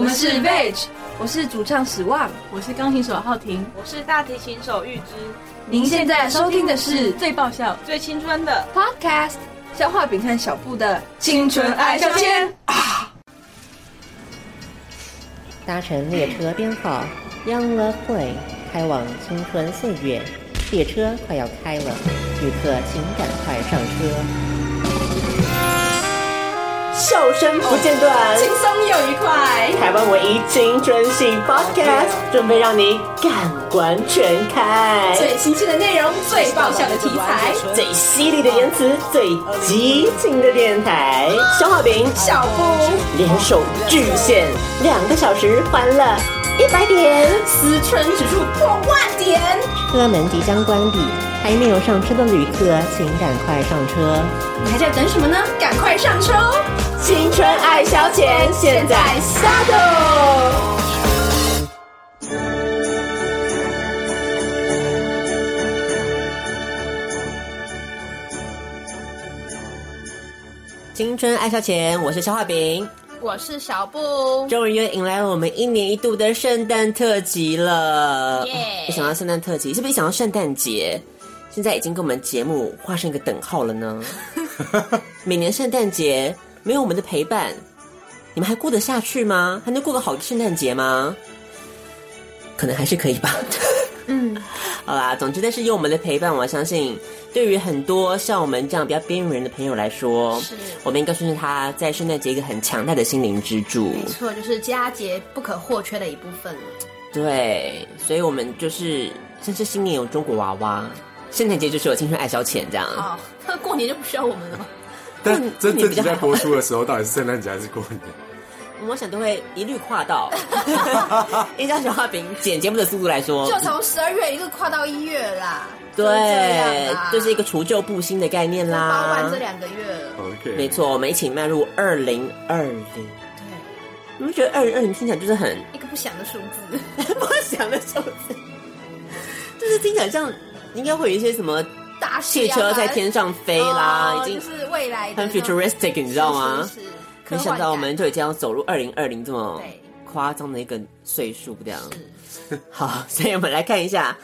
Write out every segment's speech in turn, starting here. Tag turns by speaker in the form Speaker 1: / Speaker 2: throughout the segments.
Speaker 1: 们是 Veg，我是主唱史旺。
Speaker 2: 我是钢琴手浩婷，
Speaker 3: 我是大提琴手玉芝，
Speaker 1: 您现在收听的是
Speaker 2: 最爆笑。
Speaker 3: 最青春的
Speaker 1: Podcast 消化饼和小布的青春爱消遣。
Speaker 4: 搭乘列车编号 Young Love Way，开往青春岁月。列车快要开了，旅客请赶快上车。
Speaker 5: 笑声不间断，
Speaker 1: 轻松又愉快，
Speaker 5: 台湾唯一青春系 Podcast，准备让你感官全开，
Speaker 1: 最新鲜的内容，最爆笑的题材，
Speaker 5: 最犀利的言辞，最激情的电台，小好饼
Speaker 1: 小布
Speaker 5: 联手巨献两个小时，欢乐一百点。
Speaker 1: 思春指数破万点。
Speaker 4: 车门即将关闭，还没有上车的旅客请赶快上车。
Speaker 1: 你还在等什么呢？赶快上车哦！
Speaker 5: 青春爱消遣，现在
Speaker 1: 下头。
Speaker 5: 青春爱消遣，我是消化饼。
Speaker 2: 我是小布，
Speaker 5: 终于又迎来了我们一年一度的圣诞特辑了。
Speaker 2: 耶
Speaker 5: 哎一想到圣诞特辑，是不是一想到圣诞节，现在已经跟我们节目画上一个等号了 呢？每年圣诞节没有我们的陪伴，你们还过得下去吗？还能过个好的圣诞节吗？可能还是可以吧。
Speaker 2: 嗯
Speaker 5: 好啦，总之，但是有我们的陪伴，我相信对于很多像我们这样比较边缘人的朋友来说，
Speaker 2: 是
Speaker 5: 我们应该算是他在圣诞节一个很强大的心灵支柱。
Speaker 2: 没错，就是佳节不可或缺的一部分了。
Speaker 5: 对，所以我们就是像是新年有中国娃娃，圣诞节就是有青春爱消遣这样。
Speaker 2: 哦，那 过年就不需要我们了吗？
Speaker 5: 过
Speaker 6: 但
Speaker 5: 年
Speaker 6: 真
Speaker 5: 过年比
Speaker 6: 正你
Speaker 5: 较
Speaker 6: 在
Speaker 5: 好
Speaker 6: 播出的时候，到底是圣诞节还是过年？
Speaker 5: 我想都会一律跨 到，依照小画饼剪节目的速度来说，
Speaker 2: 就从十二月一路跨到一月啦，就
Speaker 5: 哦对
Speaker 2: 是这样啦，，
Speaker 5: 就是一个除旧布新的概念啦。
Speaker 2: 包完这两个月了。
Speaker 6: OK，
Speaker 5: 没错，我们一起迈入二零二零。你们觉得二零二零听起来就是 很
Speaker 2: 一个不祥的数字，
Speaker 5: 不想的数字，就是听起来像应该会有一些什么
Speaker 2: 大
Speaker 5: 汽车在天上飞啦，
Speaker 2: 哦
Speaker 5: 已经
Speaker 2: 就是未来的
Speaker 5: 很
Speaker 2: 那种
Speaker 5: futuristic，你知道吗？
Speaker 2: 是是是
Speaker 5: 没想到我们就已经要走入二零二零这么
Speaker 2: 对
Speaker 5: 夸张的一个岁数，这样。 好，所以我们来看一下，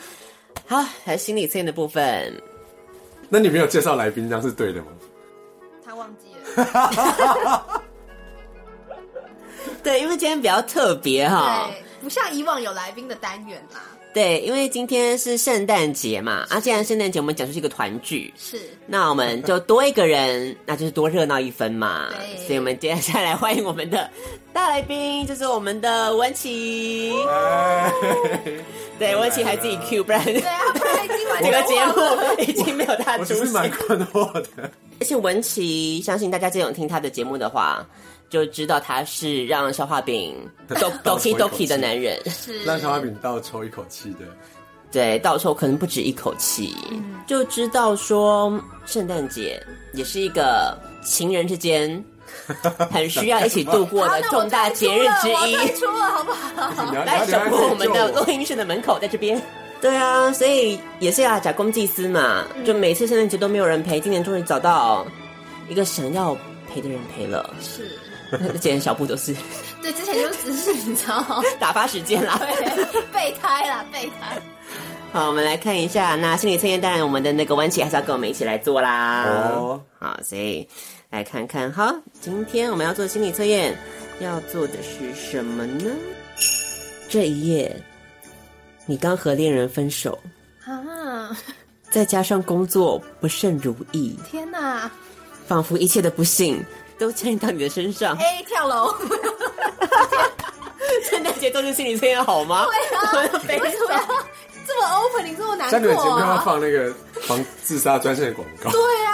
Speaker 5: 好，来心理测验的部分。
Speaker 6: 那你没有介绍来宾，这样是对的吗？
Speaker 2: 他忘记 了，
Speaker 5: 对，因为今天比较特别哈，
Speaker 2: 对，不像以往有来宾的单元啦，
Speaker 5: 对，因为今天是圣诞节嘛，啊，既然圣诞节我们讲出是一个团聚，
Speaker 2: 是
Speaker 5: 那我们就多一个人， 那就是多热闹一分嘛
Speaker 2: 对。
Speaker 5: 所以我们接下来欢迎我们的大来宾，就是我们的文琪。哎对，文琪还自己 Q，不然
Speaker 2: 对啊，不然今晚
Speaker 5: 这个
Speaker 2: 就
Speaker 5: 节
Speaker 2: 忘了
Speaker 5: 目已经没有他
Speaker 6: 我
Speaker 5: 出
Speaker 6: 只是蛮
Speaker 5: 现。
Speaker 6: 困惑的。
Speaker 5: 而且文琪，相信大家这种听他的节目的话，就知道他是让消化饼 do doki doki 的男人。
Speaker 2: 是
Speaker 6: 让小花饼倒抽一口气的，
Speaker 5: 对，到时候可能不止一口气，就知道说圣诞节也是一个情人之间很需要一起度过的重大节日之一。
Speaker 2: 出了好不好？
Speaker 6: 你要
Speaker 5: 来
Speaker 6: 你
Speaker 5: 守
Speaker 6: 要
Speaker 5: 护我们的
Speaker 6: 你要
Speaker 5: 录音室的门口，在这边。对啊，所以也是要假公济私嘛，就每次圣诞节都没有人陪，今年终于找到一个想要陪的人陪了。
Speaker 2: 是
Speaker 5: 之前小布都是
Speaker 2: 对，之前就只是你知道吗
Speaker 5: 打发时间啦。
Speaker 2: 对备胎啦，备胎。
Speaker 5: 好，我们来看一下，那心理测验当然我们的那个弯曲还是要跟我们一起来做啦。
Speaker 6: 哦，
Speaker 5: 好，所以来看看，好，今天我们要做心理测验，要做的是什么呢？这一页，你刚和恋人分手，
Speaker 2: 啊！
Speaker 5: 再加上工作不甚如意，
Speaker 2: 天哪！
Speaker 5: 仿佛一切的不幸都牵连到你的身上。
Speaker 2: A 跳楼，
Speaker 5: 圣诞节都是心理测验好吗？
Speaker 2: 为什么要这么 open？你这么难
Speaker 6: 像你们节
Speaker 2: 过
Speaker 6: 目要
Speaker 2: 啊？
Speaker 6: 放那个防自杀专线的广告，
Speaker 2: 对啊，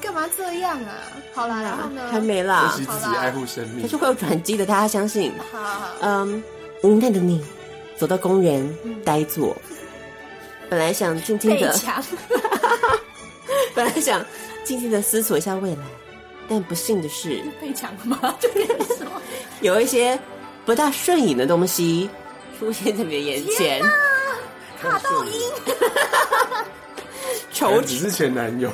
Speaker 2: 干嘛这样啊？好啦，然后呢？
Speaker 5: 还没
Speaker 6: 学
Speaker 5: 啦，
Speaker 6: 习自己爱护生
Speaker 5: 可
Speaker 6: 命
Speaker 5: 是。会有转机的，大家相信。
Speaker 2: 好。好好
Speaker 5: 嗯，无奈的你走到公园呆坐，本来想静静
Speaker 2: 嗯被
Speaker 5: 的，
Speaker 2: 抢，
Speaker 5: 本来想静静的思索一下未来，但不幸的是，
Speaker 2: 被抢了吗？这个是什么？
Speaker 5: 有一些不大顺眼的东西出现在你的眼前。
Speaker 2: 卡到音，
Speaker 5: 惆
Speaker 6: 只是前男友，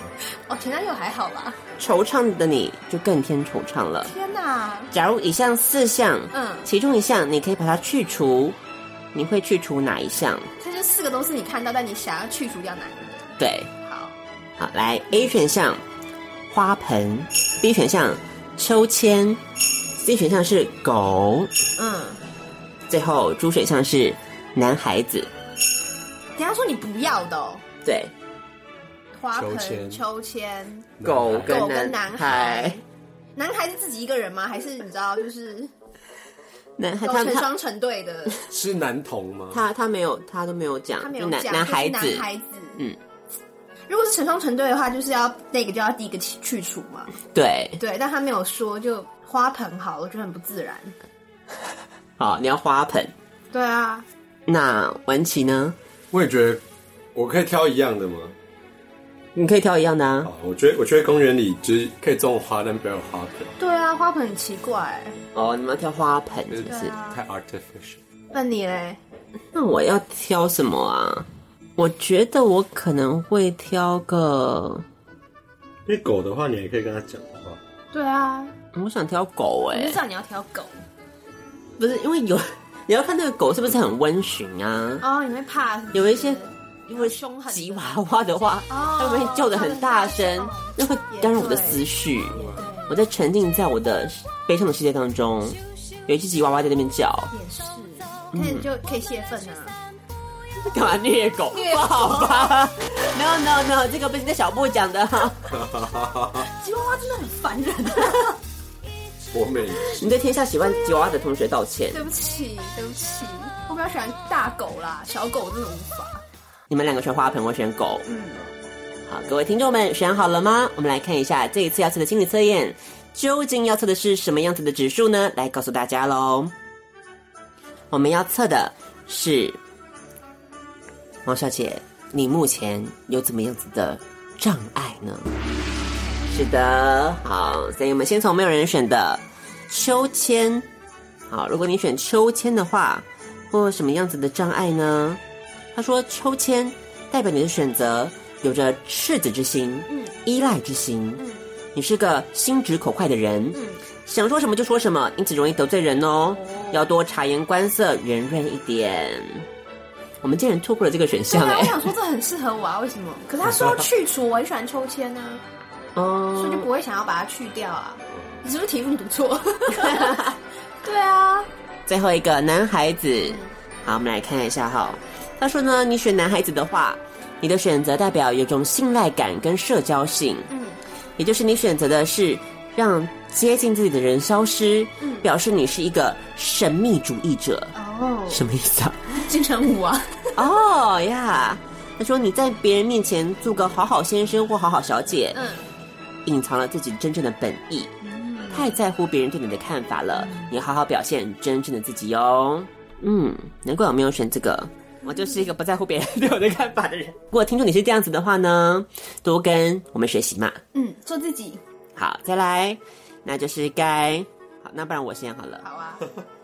Speaker 2: 哦，前男友还好吧？
Speaker 5: 惆怅的你就更添惆怅了。
Speaker 2: 天哪，
Speaker 5: 假如以上四项，
Speaker 2: 嗯
Speaker 5: 其中一项你可以把它去除，你会去除哪一项？
Speaker 2: 这就四个都是你看到，但你想要去除掉哪一个？
Speaker 5: 对，
Speaker 2: 好，
Speaker 5: 好，来 A 选项花盆，B 选项秋千，C 选项是狗，
Speaker 2: 嗯，
Speaker 5: 最后猪选项是男孩子。
Speaker 2: 等一下说你不要的、哦，
Speaker 5: 对，
Speaker 2: 花
Speaker 6: 秋
Speaker 2: 盆、
Speaker 6: 千
Speaker 2: 秋千、
Speaker 5: 狗
Speaker 6: 男孩
Speaker 5: 跟
Speaker 2: 狗跟
Speaker 5: 男
Speaker 2: 男
Speaker 5: 孩
Speaker 2: 孩，男孩是自己一个人吗？还是你知道就是
Speaker 5: 男孩
Speaker 2: 有
Speaker 5: 他
Speaker 2: 哦成
Speaker 5: 他
Speaker 2: 双成对 的？
Speaker 6: 是男童吗？
Speaker 5: 他他没有他都没有讲，
Speaker 2: 他没
Speaker 5: 就
Speaker 2: 有
Speaker 5: 男
Speaker 2: 讲，
Speaker 5: 男
Speaker 2: 就是
Speaker 5: 孩子
Speaker 2: 男孩子，
Speaker 5: 嗯。
Speaker 2: 如果是成双成对的话，就是要那个就要第一个去去除 嘛。
Speaker 5: 对，
Speaker 2: 对，但他没有说，就花盆好，我觉得很不自然。
Speaker 5: 好，你要花盆。
Speaker 2: 对啊，
Speaker 5: 那文琪呢？
Speaker 6: 我也觉得我可以挑一样的吗？
Speaker 5: 你可以挑一样的啊。
Speaker 6: 好，我觉得我觉得公园里就是可以种花，但不要有花瓢，
Speaker 2: 对啊，花盆很奇怪。
Speaker 5: 哦，你们要挑花盆
Speaker 6: 就是
Speaker 5: 不是？啊
Speaker 2: 啊
Speaker 6: 太 artificial。
Speaker 2: 那你嘞？
Speaker 5: 那我要挑什么啊？我觉得我可能会挑个，
Speaker 6: 因为狗的话，你也可以跟它讲话。
Speaker 2: 对啊，
Speaker 5: 我想挑狗哎、
Speaker 2: 我就知道你要挑狗
Speaker 5: 不是因为有 你要看那个狗是不是很温驯啊？
Speaker 2: 哦，你会怕是不是
Speaker 5: 有一些
Speaker 2: 因为凶狠的
Speaker 5: 吉娃娃的话，
Speaker 2: 哦
Speaker 5: 它会叫的很大声，那会干扰我的思绪。我在沉浸在我的悲伤的世界当中，有一只吉娃娃在那边叫，
Speaker 2: 也是，那
Speaker 5: 嗯
Speaker 2: 你就可以泄愤啊。
Speaker 5: 干嘛虐狗？
Speaker 2: 虐狗
Speaker 5: 不好吧？No No No，这个不是在小布讲的，
Speaker 2: 吉娃娃真的很烦人，
Speaker 6: 我每
Speaker 5: 你对天下喜欢吉娃娃的同学道歉。
Speaker 2: 对不起，对不起，我比较喜欢大狗啦，小狗真的无法。
Speaker 5: 你们两个选花盆，我选狗。嗯，好，各位听众们选好了吗？我们来看一下这一次要测的心理测验，究竟要测的是什么样子的指数呢？来告诉大家喽。我们要测的是毛小姐，你目前有怎么样子的障碍呢？是的，好，所以我们先从没有人选的秋千。好，如果你选秋千的话，会有什么样子的障碍呢？他说：“抽签代表你的选择有着赤子之心，
Speaker 2: 嗯
Speaker 5: 依赖之心，你是个心直口快的人，
Speaker 2: 嗯
Speaker 5: 想说什么就说什么，因此容易得罪人哦，要多察言观色，圆润一点。”我们竟然错过了这个选
Speaker 2: 对
Speaker 5: 项
Speaker 2: 啊，
Speaker 5: 哎
Speaker 2: 我、想说这很适合我啊，为什么？可是他说要去除，我很喜欢秋千啊，所
Speaker 5: 哦
Speaker 2: 以就不会想要把它去掉啊。你是不是题目读 错？对啊，
Speaker 5: 最后一个男孩子，好，我们来看一下哈。他说呢，你选男孩子的话，你的选择代表有种信赖感跟社交性，嗯，也就是你选择的是让接近自己的人消失，嗯，表示你是一个神秘主义者，
Speaker 2: 哦，
Speaker 5: 什么意思啊？
Speaker 2: 金城武啊，
Speaker 5: 哦呀，他说你在别人面前做个好好先生或好好小姐，
Speaker 2: 嗯，
Speaker 5: 隐藏了自己真正的本意，太在乎别人对你的看法了，你好好表现真正的自己哦。嗯，难怪我没有选这个。我就是一个不在乎别人 对我的看法的人。如果听说你是这样子的话呢，多跟我们学习嘛。
Speaker 2: 嗯，做自己，
Speaker 5: 好，再来，那就是该好，那不然我先好了。
Speaker 2: 好啊，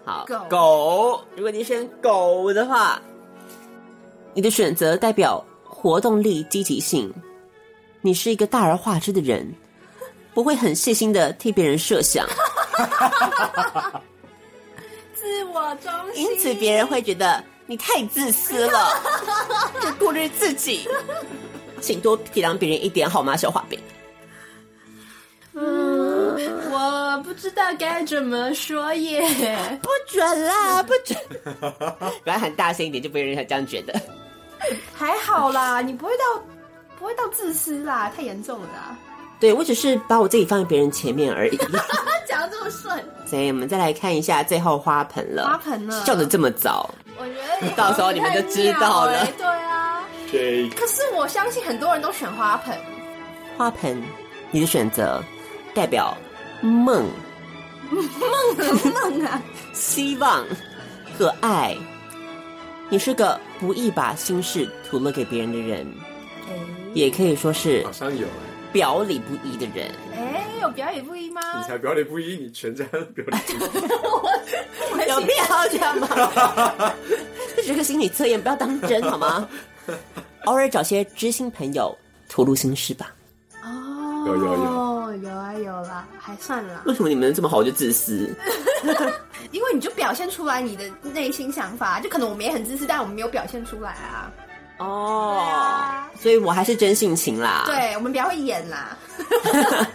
Speaker 5: 好，
Speaker 2: 狗
Speaker 5: 狗，如果你选狗的话，你的选择代表活动力、积极性。你是一个大而化之的人，不会很细心的替别人设想，
Speaker 2: 自我中心，
Speaker 5: 因此别人会觉得你太自私了， 只顾虑自己。请多体谅别人一点好吗，小花饼？
Speaker 2: 我不知道该怎么说耶。
Speaker 5: 不准 啦，不准！本来喊大声一点，就不会有人想这样觉得。
Speaker 2: 还好啦，你不会到不会到自私啦，太严重了啦。
Speaker 5: 对我只是把我自己放在别人前面而已。
Speaker 2: 他讲的这么顺，
Speaker 5: 所以我们再来看一下最后花盆了。
Speaker 2: 花盆了
Speaker 5: 笑的这么早，
Speaker 2: 我觉得 你
Speaker 5: 到时候你们就知道了
Speaker 2: 好像不太妙欸对啊，
Speaker 6: J
Speaker 2: 可是我相信很多人都选花盆，
Speaker 5: 花盆，你的选择代表梦、
Speaker 2: 梦啊，
Speaker 5: 希望和爱。你是个不易把心事吐露给别人的人，哎也可以说是
Speaker 6: 好像有哎、
Speaker 5: 表里不一的人。
Speaker 2: 哎、有表演不一吗？
Speaker 6: 你才表里不一，你全家都表里不一。
Speaker 5: 有必要这样吗？ 这只是个心理测验，不要当真好吗？偶尔找些知心朋友吐露心事吧。
Speaker 2: 哦，
Speaker 6: 有有
Speaker 2: 有有啊有啦，还算啦，
Speaker 5: 为什么你们这么好就自私？
Speaker 2: 因为你就表现出来你的内心想法，啊就可能我们也很自私，但我们没有表现出来啊。
Speaker 5: 哦，
Speaker 2: 啊，
Speaker 5: 所以我还是真性情啦。，
Speaker 2: 对我们比较会演啦。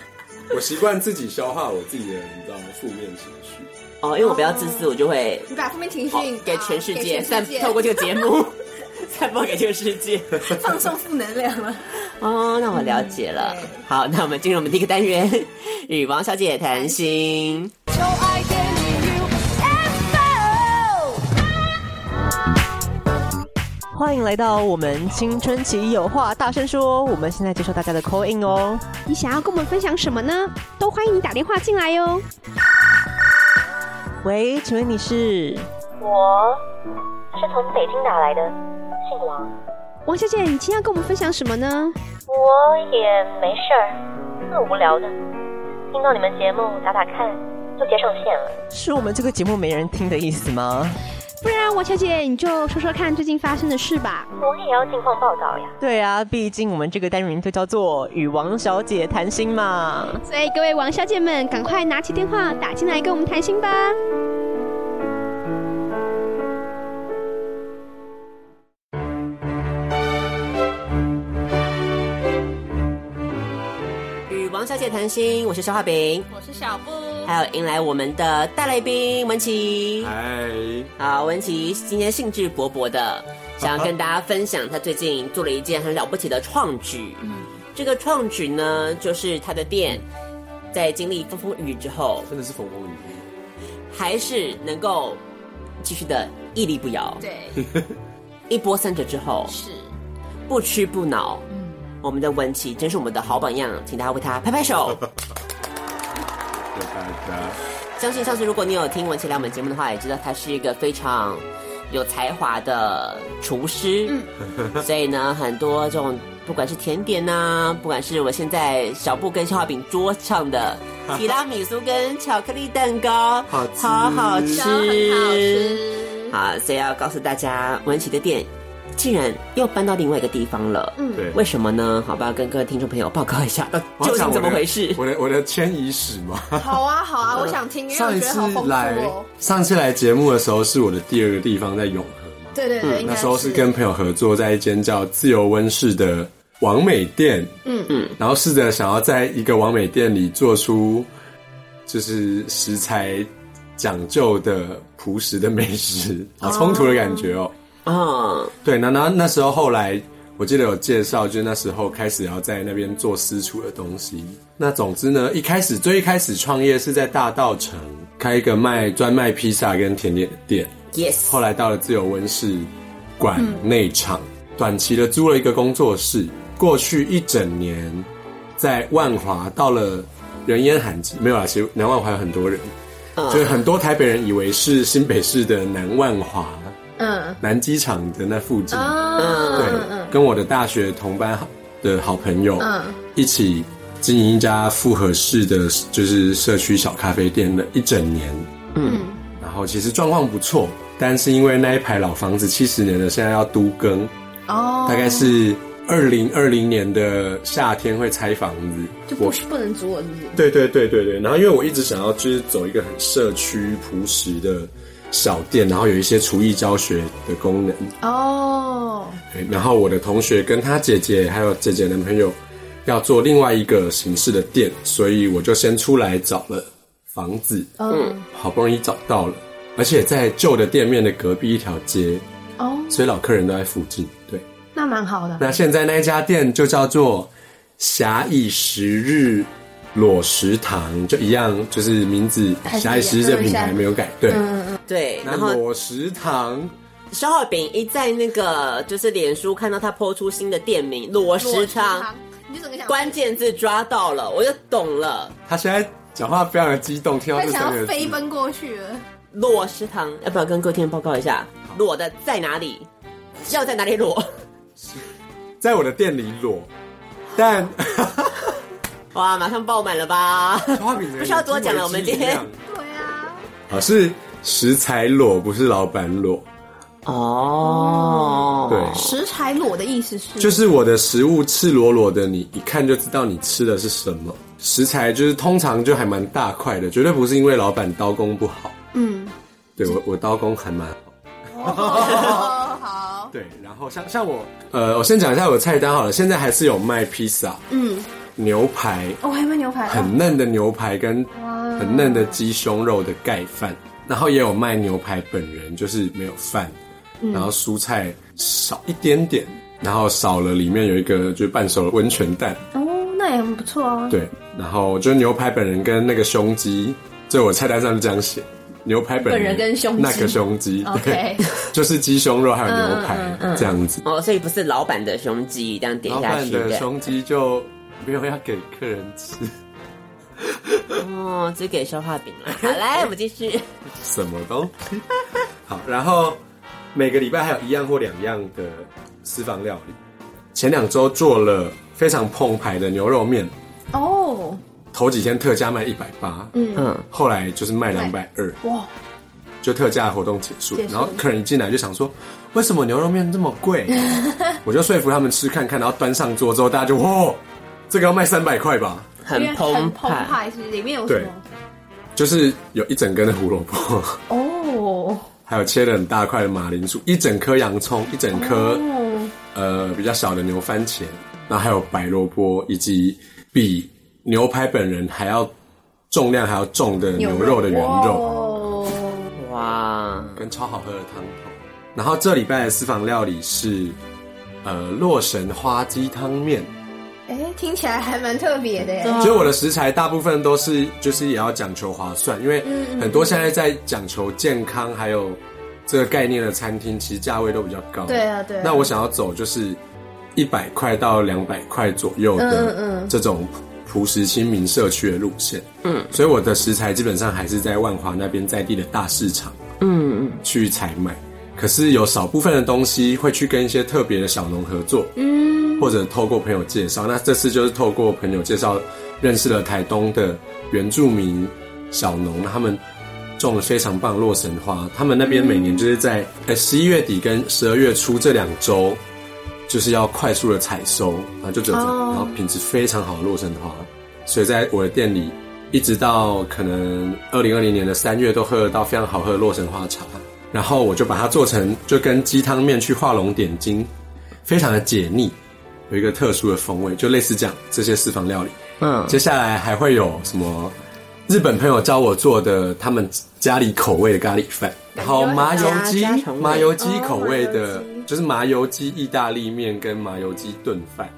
Speaker 6: 我习惯自己消化我自己的，你知道吗？负面情绪。
Speaker 5: 哦，因为我比较自私，我就会
Speaker 2: 你把负面情绪、啊
Speaker 5: 哦给全世界
Speaker 2: 给
Speaker 5: 散
Speaker 2: 全世，界
Speaker 5: 透过这个节目 散播给这个世 界。
Speaker 2: 放送负能 量了。
Speaker 5: 哦，那我了解了。
Speaker 2: 嗯对
Speaker 5: 好，那我们进入我们第一个单元，与王小姐谈心。欢迎来到我们青春期有话大声说，我们现在接受大家的 call in 哦。
Speaker 7: 你想要跟我们分享什么呢？都欢迎你打电话进来哟。
Speaker 5: 喂，请问你是？
Speaker 8: 我是从北京打来的，姓王。
Speaker 7: 王小姐，你今天要跟我们分享什么呢？
Speaker 8: 我也没事儿，很无聊的。听到你们节目打打看，就接上线了。
Speaker 5: 是我们这个节目没人听的意思吗？
Speaker 7: 不然啊王小姐你就说说看最近发生的事吧。
Speaker 8: 我也要近况报道呀。
Speaker 5: 对啊，毕竟我们这个单元就叫做“与王小姐谈心”嘛。
Speaker 7: 所以各位王小姐们，赶快拿起电话打进来跟我们谈心吧。
Speaker 5: 与王小姐谈心，我是肖化饼，
Speaker 2: 我是小布，
Speaker 5: 还有迎来我们的大来宾文琪。
Speaker 6: 嗨，
Speaker 5: 好，文琪今天兴致勃勃的，想要跟大家分享她最近做了一件很了不起的创举。这个创举呢，就是她的店在经历风风雨雨之后，
Speaker 6: 真的是风风雨雨。
Speaker 5: 还是能够继续的屹立不摇。
Speaker 2: 对，
Speaker 5: 一波三折之后，
Speaker 2: 是嗯
Speaker 5: 不屈不挠。我们的文琪真是我们的好榜样，请大家为她拍拍手。
Speaker 6: 对大家，
Speaker 5: 相信上次如果你有听文琪来我们节目的话，也知道他是一个非常有才华的厨师。嗯，所以呢，很多这种不管是甜点呐、不管是我现在小布跟消化饼桌上 的提拉米苏跟巧克力蛋糕，
Speaker 6: 好吃
Speaker 5: 好好吃，
Speaker 2: 都很好吃。
Speaker 5: 好，所以要告诉大家，文琪的店竟然又搬到另外一个地方了。嗯，
Speaker 6: 对，
Speaker 5: 为什么呢？好吧，跟各位听众朋友报告一下，
Speaker 6: 我要
Speaker 5: 究竟
Speaker 6: 讲我
Speaker 5: 怎么
Speaker 6: 的
Speaker 5: 回事？
Speaker 6: 我的我的迁移史嘛。
Speaker 2: 好啊好
Speaker 5: 嗯
Speaker 2: 啊，我想听，因为
Speaker 6: 上
Speaker 2: 我
Speaker 6: 一
Speaker 2: 觉得
Speaker 6: 次
Speaker 2: 好丰富
Speaker 6: 来
Speaker 2: 哦。，
Speaker 6: 上次来节目的时候是我的第二个地方在永和嘛，
Speaker 2: 对对对，应该
Speaker 6: 嗯那时候是跟朋友合作在一间叫自由温室的王美店，嗯嗯，然后试着想要在一个王美店里做出就是食材讲究的朴实的美食，好冲突的感觉哦。
Speaker 5: 嗯，
Speaker 6: 对，那那那时候后来，我记得有介绍，就是那时候开始要在那边做私厨的东西。那总之呢，一开始最一开始创业是在大道城开一个卖专卖披萨跟甜点的店，
Speaker 5: ，yes，
Speaker 6: 后来到了自由温室馆内场，短期的租了一个工作室，过去一整年在万华到了人烟罕至，没有啦，其实南万华有很多人，
Speaker 5: 嗯
Speaker 6: 就是很多台北人以为是新北市的南万华。
Speaker 2: 嗯
Speaker 6: 南机场的那附近，
Speaker 2: 嗯嗯
Speaker 6: 对，跟我的大学同班好的好朋友，一起经营一家复合式的，就是社区小咖啡店的一整年。嗯，然后其实状况不错，但是因为那一排老房子七十年了，现在要都更，
Speaker 2: 哦，
Speaker 6: 大概是二零二零年的夏天会拆房子。我
Speaker 2: 不能阻我是不是？
Speaker 6: 对对对对对，然后因为我一直想要就是走一个很社区朴实的小店，然后有一些厨艺教学的功能。
Speaker 2: 哦，
Speaker 6: 对哎然后我的同学跟他姐姐还有姐姐男朋友要做另外一个形式的店，所以我就先出来找了房子，
Speaker 2: 嗯
Speaker 6: 好不容易找到了，而且在旧的店面的隔壁一条街，
Speaker 2: 哦，
Speaker 6: 所以老客人都在附近。对，
Speaker 2: 那蛮好的。
Speaker 6: 那现在那一家店就叫做侠义十日裸食堂，就一样，就是名字
Speaker 2: 还是一样嗯
Speaker 6: 侠义十日这个品牌没有改，对。
Speaker 5: 对，
Speaker 6: 那
Speaker 5: 然后
Speaker 6: 裸食堂
Speaker 5: 肖浩饼一在那个就是脸书看到他抛出新的店名“裸食堂，
Speaker 2: 你就整个”，想
Speaker 5: 关键字抓到了，我就懂了。
Speaker 6: 他现在讲话非常的激动，听到
Speaker 2: 我
Speaker 6: 这
Speaker 2: 想
Speaker 6: 三个
Speaker 2: 要
Speaker 6: 字，
Speaker 2: 飞奔过去了。
Speaker 5: 裸食堂要不要跟各位听众报告一下，裸的在哪里？要在哪里裸？
Speaker 6: 在我的店里裸， 但
Speaker 5: 哇，马上爆满了吧？
Speaker 6: 花饼人
Speaker 5: 不需要多讲了我们今天
Speaker 6: 嗯
Speaker 2: 对啊，
Speaker 6: 啊是食材裸，不是老板裸。
Speaker 5: 哦，
Speaker 6: 对
Speaker 2: 食材裸的意思是，
Speaker 6: 就是我的食物赤裸裸的，你一看就知道你吃的是什么。食材就是通常就还蛮大块的，绝对不是因为老板刀工不好。
Speaker 2: 嗯，
Speaker 6: 对我我刀工还蛮好。
Speaker 2: 哦好，
Speaker 6: 对，然后像像我呃，我先讲一下我的菜单好了。现在还是有卖披萨、
Speaker 2: 嗯，
Speaker 6: 牛排，
Speaker 2: 哦，还有卖牛排，
Speaker 6: 很嫩的牛 排跟很嫩的鸡胸肉的盖饭，然后也有卖牛排本人，就是没有饭，
Speaker 2: 嗯
Speaker 6: 然后蔬菜少一点点，然后少了里面有一个就是半熟的温泉蛋，
Speaker 2: 哦，那也很不错啊。
Speaker 6: 对，然后就是牛排本人跟那个胸肌，这我菜单上是这样写，牛排本人
Speaker 2: 本人跟胸肌
Speaker 6: 那个胸肌
Speaker 2: OK 嗯
Speaker 6: 对， 就是鸡胸肉还有牛排这样子，
Speaker 5: 哦，所以不是老板的胸肌这样点
Speaker 6: 老
Speaker 5: 下
Speaker 6: 板
Speaker 5: 去
Speaker 6: 的
Speaker 5: 的，
Speaker 6: 胸肌就没有要给客人吃，
Speaker 5: 哦，只给消化饼 了。好，来，我们继续。
Speaker 6: 什么东西？ 好，然后每个礼拜还有一样或两样的私房料理。前两周做了非常澎湃的牛肉面，
Speaker 2: 哦，
Speaker 6: 头几天特价卖一百八，嗯，
Speaker 5: 嗯，
Speaker 6: 后来就是卖两百二，
Speaker 2: 哇，
Speaker 6: 就特价活动结束
Speaker 2: 结。束
Speaker 6: 然后客人一进来就想说，为什么牛肉面这么贵？我就说服他们吃看看，然后端上桌之后，大家就哇，这个要卖三百块吧？
Speaker 5: 很
Speaker 2: 因为
Speaker 5: 澎
Speaker 2: 很澎
Speaker 5: 湃。
Speaker 2: 湃，是里面有什
Speaker 6: 对
Speaker 2: 么？
Speaker 6: 就是有一整根的胡萝卜，
Speaker 2: 哦，
Speaker 6: 还有切的很大块的马铃薯，一整颗洋葱，一整颗
Speaker 2: 哦，
Speaker 6: 呃比较小的牛番茄，然后还有白萝卜，以及比牛排本人还要重量还要重的牛肉的原肉，
Speaker 2: 哦，
Speaker 5: 哇，
Speaker 6: 跟超好喝的汤头。然后这礼拜的私房料理是呃洛神花鸡汤面，
Speaker 2: 哎，听起来还蛮特别的耶。
Speaker 6: 所以我的食材大部分都是就是也要讲求划算，因为
Speaker 2: 嗯
Speaker 6: 很多现在在讲求健康还有这个概念的餐厅，其实价位都比较高。
Speaker 2: 对啊对啊
Speaker 6: 那我想要走就是一百块到两百块左右
Speaker 2: 嗯嗯
Speaker 6: 的
Speaker 2: 嗯
Speaker 6: 这种朴实亲民社区的路线。嗯，所以我的食材基本上还是在万华那边在地的大市场
Speaker 5: 嗯，
Speaker 6: 去采买。可是有少部分的东西会去跟一些特别的小农合作，
Speaker 2: 嗯，
Speaker 6: 或者透过朋友介绍。那这次就是透过朋友介绍认识了台东的原住民小农，他们种了非常棒的洛神花。他们那边每
Speaker 2: 嗯
Speaker 6: 年就是在呃十一月底跟十二月初这两周，就是要快速的采收，然后就整整，
Speaker 2: 哦
Speaker 6: 然后品质非常好的洛神花。所以在我的店里，一直到可能二零二零年的三月都喝得到非常好喝的洛神花茶。然后我就把它做成，就跟鸡汤面去画龙点睛，非常的解腻，有一个特殊的风味，就类似这样这些私房料理。
Speaker 5: 嗯
Speaker 6: 接下来还会有什么？日本朋友教我做的他们家里口味的咖喱饭，
Speaker 2: 哎
Speaker 6: 然后麻油鸡
Speaker 5: 家家常、味
Speaker 6: 麻油鸡口味
Speaker 2: 哦麻
Speaker 6: 的
Speaker 2: 油鸡，
Speaker 6: 就是麻油鸡意大利面跟麻油鸡炖饭。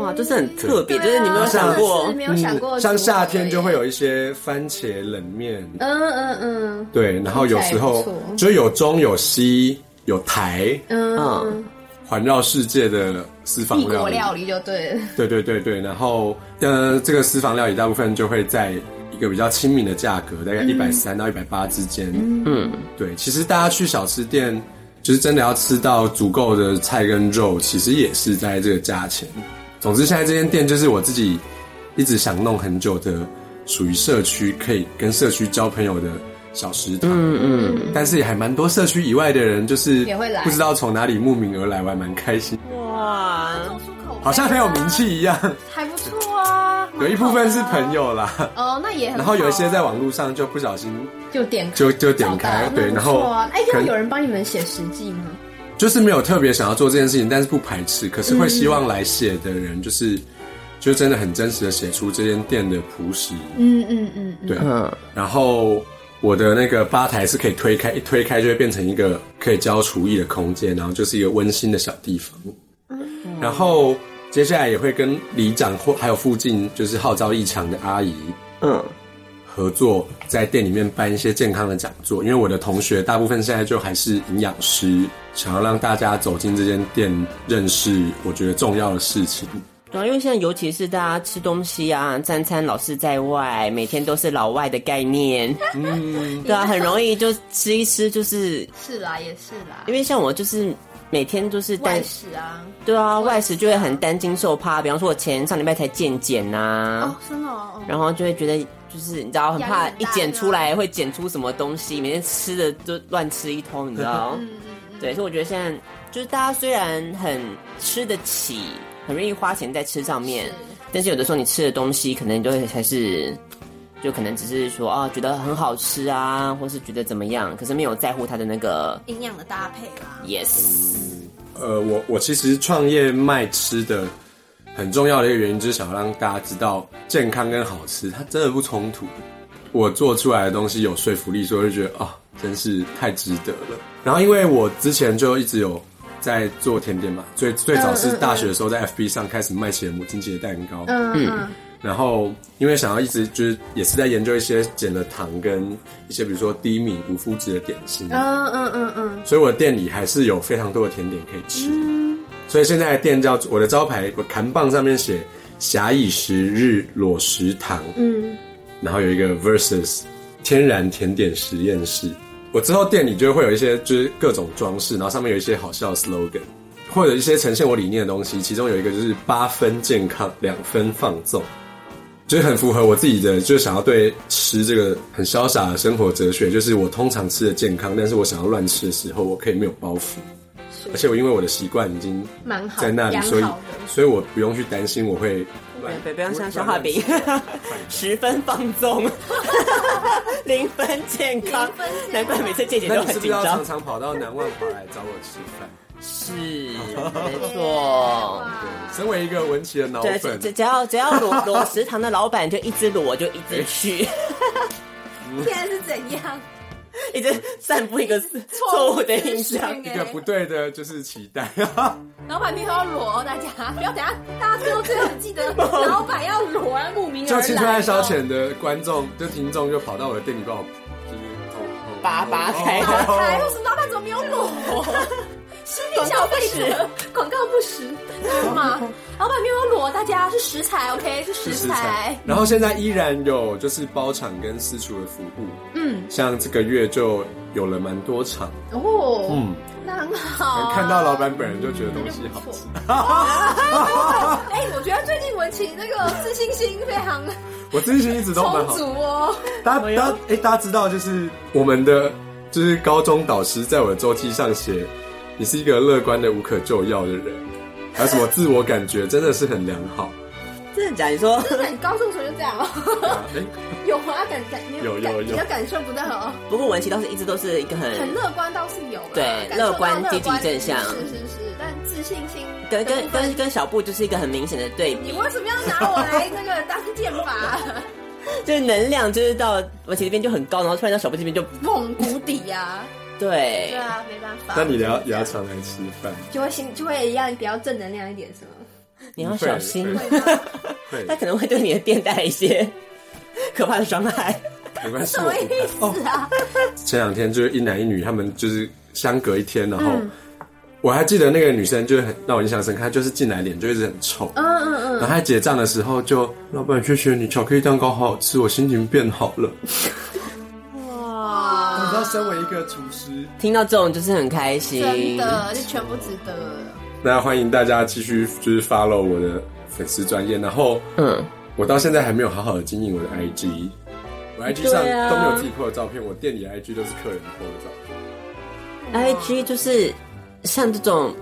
Speaker 5: 哇，就是很特别，就
Speaker 2: 对啊
Speaker 5: 是你没有想过
Speaker 2: 是，没有想过，
Speaker 6: 嗯像夏天就会。有一些番茄冷面，
Speaker 2: 嗯嗯嗯
Speaker 6: 对，然后有时候
Speaker 2: 听起来不错
Speaker 6: 就有中有西有台，
Speaker 5: 嗯
Speaker 2: 嗯，
Speaker 6: 环绕世界的私房
Speaker 2: 异
Speaker 6: 料
Speaker 2: 国
Speaker 6: 理。
Speaker 2: 料理就对了。
Speaker 6: 对对对对，然后呃，这个私房料理大部分就会在一个比较亲民的价格，大概
Speaker 2: 嗯
Speaker 6: 一百三到一百八之间。
Speaker 5: 嗯，
Speaker 6: 对，其实大家去小吃店，就是真的要吃到足够的菜跟肉，其实也是在这个价钱。总之，现在这间店就是我自己一直想弄很久的，属于社区可以跟社区交朋友的小食堂。嗯嗯，但是也还蛮多社区以外的人，就是
Speaker 2: 也会来
Speaker 6: 不知道从哪里慕名而来，我还蛮开心，
Speaker 5: 嗯哇，
Speaker 2: 做出口碑
Speaker 6: 好像很有名，气一样。
Speaker 2: 还不错啊。
Speaker 6: 有一部分是朋友啦，
Speaker 2: 哦，那也很好
Speaker 6: 然
Speaker 2: 啊。
Speaker 6: 后有一些在网络上就不小心
Speaker 2: 就点
Speaker 6: 就就点开，对，然后
Speaker 2: 哎，要
Speaker 6: 可能
Speaker 2: 有人帮你们写实际吗？
Speaker 6: 就是没有特别想要做这件事情，但是不排斥，可是会希望来写的人就是、就真的很真实的写出这间店的朴实，
Speaker 2: 嗯嗯嗯嗯，
Speaker 6: 对，然后。我的那个吧台是可以推开，一推开就会变成一个可以教厨艺的空间，然后就是一个温馨的小地方。
Speaker 2: 嗯
Speaker 6: 然后接下来也会跟里长或还有附近就是号召异常的阿姨，
Speaker 5: 嗯，
Speaker 6: 合作在店里面办一些健康的讲座，因为我的同学大部分现在就还是营养师，想要让大家走进这间店，认识我觉得重要的事情。
Speaker 5: 对啊，因为现在尤其是大家吃东西啊，三餐老是在外，每天都是老外的概念，嗯， 对啊，很容易就吃一吃，就是
Speaker 2: 是啦，也是啦
Speaker 5: 因，为像我就是每天都是
Speaker 2: 外
Speaker 5: 单，
Speaker 2: 食啊。
Speaker 5: 对啊，外食就会很担惊受怕，比方说我前上礼拜才健检啊呐、
Speaker 2: 哦，真的哦，哦
Speaker 5: 然后就会觉得就是你知道很怕
Speaker 2: 压力很
Speaker 5: 一
Speaker 2: 大
Speaker 5: 剪出来会剪出什么东西，每天吃的都乱吃一通，你知道？
Speaker 2: 嗯嗯
Speaker 5: 对，所以我觉得现在就是大家虽然很吃得起，很愿意花钱在吃上面，但是有的时候你吃的东西，可能你都会还是就可能只是说啊，觉得很好吃啊，或是觉得怎么样，可是没有在乎它的那个
Speaker 2: 营养的搭配啊啦。
Speaker 5: yes。
Speaker 6: 呃，我我其实创业卖吃的很重要的一个原因，就是想要让大家知道健康跟好吃它真的不冲突。我做出来的东西有说服力，所以我就觉得啊、真是太值得了。然后因为我之前就一直有在做甜点嘛，最最早是大学的时候在 FB 上开始卖起了母亲节蛋糕，
Speaker 2: 嗯嗯，
Speaker 6: 然后因为想要一直就是也是在研究一些减了糖跟一些比如说低米无麸质的点心，
Speaker 2: 嗯嗯嗯嗯，
Speaker 6: 所以我的店里还是有非常多的甜点可以吃。所以现在的店叫我的招牌，我扛棒上面写“侠以食日裸食堂”，嗯， 然后有一个 versus 天然甜点实验室。我之后店里就会有一些就是各种装饰，然后上面有一些好笑的 slogan，或者一些呈现我理念的东西。其中有一个就是八分健康，两分放纵。就是很符合我自己的，就是想要对吃这个很潇洒的生活哲学。就是我通常吃的健康，但是我想要乱吃的时候，我可以没有包袱。而且我因为我的习惯已经
Speaker 2: 蛮好
Speaker 6: 在那里，
Speaker 2: 养
Speaker 6: 所以
Speaker 2: 好的
Speaker 6: 所以我不用去担心我会乱。
Speaker 5: 对，不要像消化饼，十分放 纵，零分健康，难怪每次健姐
Speaker 6: 那
Speaker 5: 都
Speaker 6: 你是
Speaker 5: 很
Speaker 6: 不
Speaker 5: 紧
Speaker 6: 是要
Speaker 5: 张
Speaker 6: 常。常跑到南万华来找我吃饭？
Speaker 5: 是，没错。
Speaker 6: 身为一个文琪的脑
Speaker 5: 对，
Speaker 6: 粉，
Speaker 5: 只只要只要裸裸食堂的老板就一直裸就一直
Speaker 6: 哎
Speaker 5: 去，
Speaker 2: 现在是怎样？
Speaker 5: 一直散布一个错误的印象。
Speaker 6: 一个不对的就是期待。
Speaker 2: 老板没有要裸哦，大家不要等下，大家最后最后记 得
Speaker 1: 哦
Speaker 2: 老板要裸啊，慕名而
Speaker 6: 就
Speaker 2: 来。
Speaker 6: 青春爱消遣的观众，就听众就跑到我的店里帮我，就是
Speaker 5: 拔拔开
Speaker 6: 哦
Speaker 2: 打开，为什么老板怎么没有 裸？心理消费者，广告不实，是吗？老板没有裸，大家是食材，OK，是
Speaker 6: 嗯是
Speaker 2: 食
Speaker 6: 食
Speaker 2: 材
Speaker 6: 材。。然后现在依然有就是包场跟私厨的服务，
Speaker 2: 嗯，
Speaker 6: 像这个月就有了蛮多场，
Speaker 2: 哦，
Speaker 6: 嗯，
Speaker 2: 那很
Speaker 5: 哦
Speaker 2: 好。
Speaker 6: 看到老板本人就觉得东西好吃。
Speaker 2: 哎、我觉得最近文琪那个自信心非常
Speaker 6: 我自信心一直都蛮
Speaker 2: 充
Speaker 6: 好
Speaker 2: 足，哦。
Speaker 6: 大家大家哎，大家知道就是我们的就是高中导师在我的周记上写，你是一个乐观的无可救药的人，还有什么自我感觉真的是很良 好。
Speaker 5: 真的假的？你说
Speaker 2: 真的，你高中时候就这样哦。
Speaker 6: 哎，
Speaker 2: 有啊，感感没
Speaker 6: 有有
Speaker 2: 感
Speaker 6: 有
Speaker 2: 比较感受不到哦，
Speaker 5: 不过文琪倒是一直都是一个很
Speaker 2: 很乐观倒是有啦，
Speaker 5: 嗯对
Speaker 2: 感受到
Speaker 5: 乐观积极正向
Speaker 2: 是是是，但自信心
Speaker 5: 跟
Speaker 2: 的部
Speaker 5: 跟
Speaker 2: 分
Speaker 5: 跟跟小布就是一个很明显的对
Speaker 2: 你
Speaker 5: 比，
Speaker 2: 为什么要拿我来那个当剑法？
Speaker 5: 就是能量就是到文琪这边就很高，然后突然到小布这边就
Speaker 2: 捧谷底呀、
Speaker 5: 对
Speaker 2: 对啊，没办法。
Speaker 6: 那你也要也要常来吃饭，
Speaker 2: 就会心就会一样比较正能量一点是吗？
Speaker 5: 你要小心，
Speaker 6: 会啊 会
Speaker 5: 他可能会对你的店带来一些 可怕的伤害。
Speaker 6: 没关系，哦
Speaker 2: 什
Speaker 6: 我
Speaker 2: 么意思啊？
Speaker 6: 前两天就是一男一女，他们就是相隔一天，然后我还记得那个女生就是很让我印象深刻，她就是进来脸就一直很臭，嗯嗯
Speaker 5: 哦
Speaker 6: 嗯，然后她结账的时候就老板谢谢你，巧克力蛋糕好好吃，我心情变好了。哇！你知道，身为一个厨师，
Speaker 5: 听到这种就是很开心，
Speaker 2: 真的，
Speaker 5: 嗯
Speaker 2: 就全部值得。
Speaker 6: 那欢迎大家继续就是 follow 我的粉丝专业，然后
Speaker 5: 嗯，
Speaker 6: 我到现在还没有好好的经营我的 IG，我 IG 上
Speaker 5: 对啊
Speaker 6: 都没有自己 po 的照片，我店里的 IG 都是客人 po 的照片。
Speaker 5: IG 就是像这种，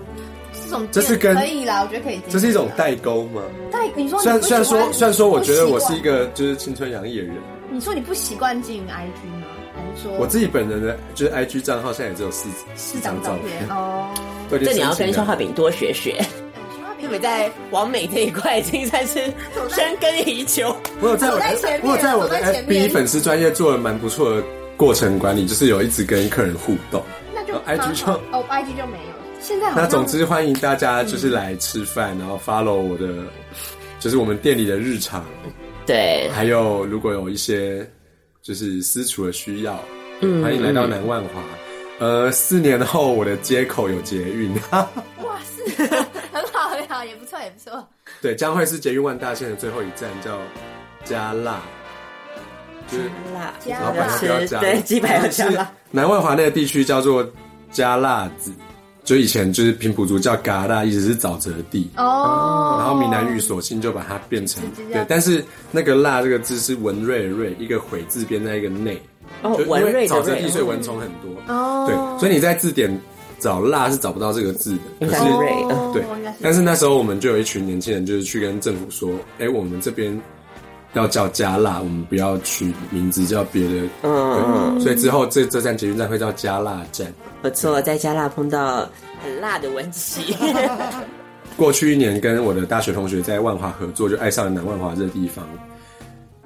Speaker 2: 这种
Speaker 6: 这是跟
Speaker 2: 可以啦，我觉得可以接受。
Speaker 6: 这是一种代沟吗？
Speaker 2: 但你哦说你
Speaker 6: 虽然
Speaker 2: 不
Speaker 6: 虽然
Speaker 2: 喜欢
Speaker 6: 说虽然说，我觉得我是
Speaker 2: 不
Speaker 6: 一，
Speaker 2: 习
Speaker 6: 个就是青春洋溢的人，
Speaker 2: 惯你说你不习惯经营 IG 吗？还是说
Speaker 6: 我自己本人的就是 IG 账号现在也只有四四
Speaker 2: 是
Speaker 6: 张
Speaker 2: 张
Speaker 6: 照
Speaker 2: 照
Speaker 6: 片
Speaker 2: 片，哦？哎
Speaker 6: 都已经
Speaker 5: 这你要
Speaker 6: 申
Speaker 5: 跟
Speaker 6: 请
Speaker 5: 消
Speaker 6: 了
Speaker 5: 化饼多学学，
Speaker 2: 因
Speaker 5: 啊因为在完美这一块已经算是深耕已久。
Speaker 6: 我有在我
Speaker 2: 走在前面
Speaker 6: 的我有在我的
Speaker 2: 走在前面
Speaker 6: FB 粉丝专业做了蛮不错的过程管理，就是有一直跟客人互动。
Speaker 2: 那就
Speaker 6: 然后 IG 就
Speaker 2: 哦 IG 就没有，现在好像
Speaker 6: 那总之欢迎大家就是来吃饭，然后 follow 我的，就是我们店里的日常，
Speaker 5: 对，
Speaker 6: 还有如果有一些就是私厨的需要，
Speaker 2: 嗯
Speaker 6: 欢迎来到南万华。呃，四年后我的街口有捷运。
Speaker 2: 哇是 很好很好，也不错也不错。
Speaker 6: 对，将会是捷运万大线的最后一站，叫加辣，就是
Speaker 5: 辣，
Speaker 2: 加
Speaker 6: 老板要不
Speaker 5: 吃
Speaker 6: 要加辣？
Speaker 5: 对鸡排要加辣，
Speaker 6: 南万华那个地区叫做加辣子，就以前就是平埔族叫嘎辣，一直是沼泽地。
Speaker 2: 哦，
Speaker 6: 然后闽南语索性就把它变成
Speaker 2: 直接
Speaker 6: 对，但是那个“辣”这个字是文瑞的“瑞”，一个“回”字边在一个“内”，
Speaker 5: 哦
Speaker 6: 就因为
Speaker 5: 文瑞的哦
Speaker 6: 沼泽地
Speaker 5: 瑞
Speaker 6: 所以蚊虫很多。哦，对，所以你在字典找辣是找不到这个字的，
Speaker 5: 用
Speaker 2: 哦
Speaker 6: 可
Speaker 5: 大
Speaker 6: 是
Speaker 5: 瑞，嗯
Speaker 6: 对
Speaker 3: 原来，是
Speaker 6: 但是那时候我们就有一群年轻人，就是去跟政府说，哎、我们这边要叫加辣，我们不要取名字叫别的，
Speaker 5: 嗯，
Speaker 6: 对所以之后这这站捷运站会叫加辣站。
Speaker 5: 不错，在加辣碰到很辣的文 琪，
Speaker 6: 过去一年跟我的大学同学在万华合作，就爱上了南万华这个地方。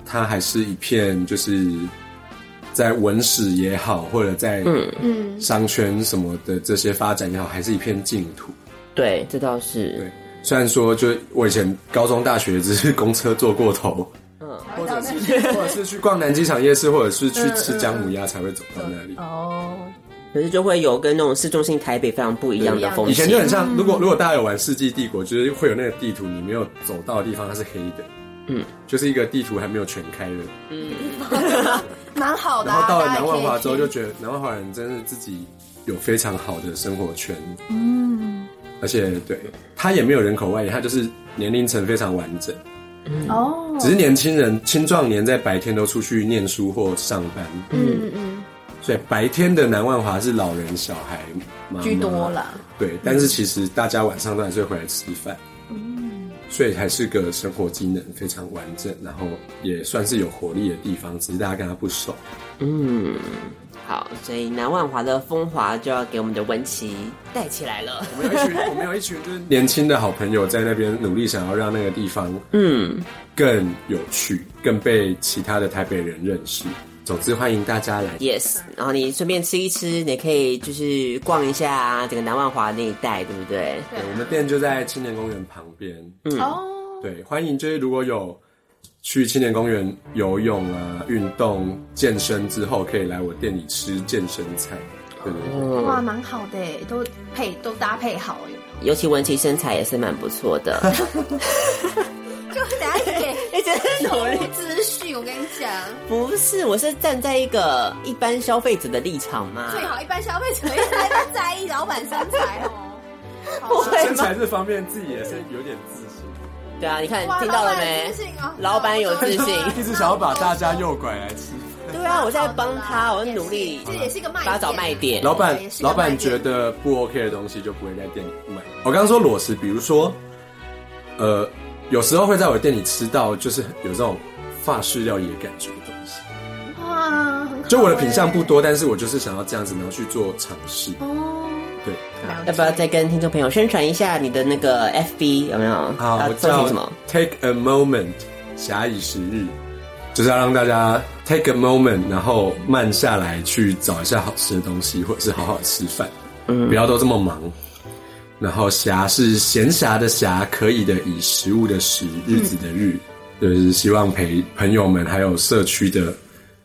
Speaker 6: 它还是一片就是在文史也好，或者在
Speaker 2: 嗯，
Speaker 6: 商圈什么的这些发展也好，还是一片净土。
Speaker 5: 对，这倒是
Speaker 6: 对，虽然说就我以前高中、大学只是公车坐过头，
Speaker 5: 嗯，
Speaker 6: 或者是或者是去逛南机场夜市，或者是去吃姜母鸭才会走到那
Speaker 5: 嗯
Speaker 6: 里。
Speaker 2: 哦，
Speaker 5: 可是就会有跟那种市中心台北非常不一样的风
Speaker 6: 以
Speaker 5: 景
Speaker 6: 前就，很像，如
Speaker 2: 嗯
Speaker 6: 果如果大家有玩《世纪帝国》，就是会有那个地图，你没有走到的地方它是黑的，
Speaker 5: 嗯，
Speaker 6: 就是一个地图还没有全开的。
Speaker 2: 蛮好的、
Speaker 6: 然
Speaker 2: 啊。
Speaker 6: 后到了
Speaker 2: 大家
Speaker 6: 南
Speaker 2: 可
Speaker 6: 万
Speaker 2: 以
Speaker 6: 华之后，
Speaker 2: 听
Speaker 6: 就觉得南万华人真是自己有非常好的生活圈，嗯，而且对他也没有人口外移，他就是年龄层非常完整，
Speaker 1: 哦，
Speaker 6: 只是年轻人青壮年在白天都出去念书或上班，
Speaker 2: 嗯嗯
Speaker 6: 所以白天的南万华是老人小孩妈妈
Speaker 1: 居多，啦。
Speaker 6: 对，但是其实大家晚上都还是会回来吃饭。所以还是个生活机能非常完整，然后也算是有活力的地方，只是大家跟他不熟。
Speaker 5: 嗯，好，所以南万华的风华就要给我们的文琪带起来了，
Speaker 6: 我们有一群，我们有一群就是年轻的好朋友在那边努力，想要让那个地方
Speaker 5: 嗯，
Speaker 6: 更有趣，更被其他的台北人认识。总之，欢迎大家来。
Speaker 5: Yes，然
Speaker 2: 嗯
Speaker 5: 后你顺便吃一吃，你可以就是逛一下整个南万华那一带，对不对？
Speaker 6: 对，我们店就在青年公园旁边。嗯，
Speaker 1: 哦，
Speaker 6: 对，欢迎就是如果有去青年公园游泳啊、运动、健身之后，可以来我店里吃健身菜。对对对，
Speaker 2: 嗯，哇，
Speaker 5: 嗯，
Speaker 2: 蛮好的耶，都配都搭配好耶。
Speaker 5: 尤其文琪身材也是蛮不错 的，
Speaker 2: 就等下 给
Speaker 5: 一直在努力。
Speaker 2: 资讯，我跟你讲，
Speaker 5: 不是，我是站在一个一般消费者的立场嘛。
Speaker 2: 最好一般消费者一般都在意老板身材 哦。
Speaker 5: 不会
Speaker 6: 身
Speaker 5: 吗？
Speaker 6: 材这方面自己也是有点自信，
Speaker 5: 对啊，你看
Speaker 2: 哇
Speaker 5: 听到了
Speaker 2: 老板有
Speaker 5: 没
Speaker 2: 自信哦？
Speaker 5: 老板有自信。
Speaker 6: 一直想要把大家诱拐来吃。
Speaker 5: 对啊，我在帮他，我在努力，
Speaker 2: 这也是一个卖点
Speaker 5: 帮他找卖点。
Speaker 6: 老板
Speaker 2: 也，是个
Speaker 6: 老板
Speaker 2: 卖点
Speaker 6: 觉得不 OK 的东西就不会在店里卖。我刚刚说裸食，比如说，呃，有时候会在我店里吃到，就是有这种法式料理的感觉的东西。
Speaker 2: 哇，很好
Speaker 6: 就我的品相不多，但是我就是想要这样子，然后去做尝试。
Speaker 2: 哦，
Speaker 6: 对，
Speaker 5: 要不要再跟听众朋友宣传一下你的那个 FB 有没有？要
Speaker 6: 好，啊我
Speaker 5: 搜寻
Speaker 6: 叫
Speaker 5: 啊什么？
Speaker 6: Take a Moment，暇以时日，就是要让大家 Take a Moment，然后慢下来去找一下好吃的东西，或者是好好吃饭，
Speaker 5: 嗯
Speaker 6: 不要都这么忙。然后暇是闲暇的暇，可以的以食物的食，日子的
Speaker 5: 嗯
Speaker 6: 日，就是希望陪朋友们还有社区的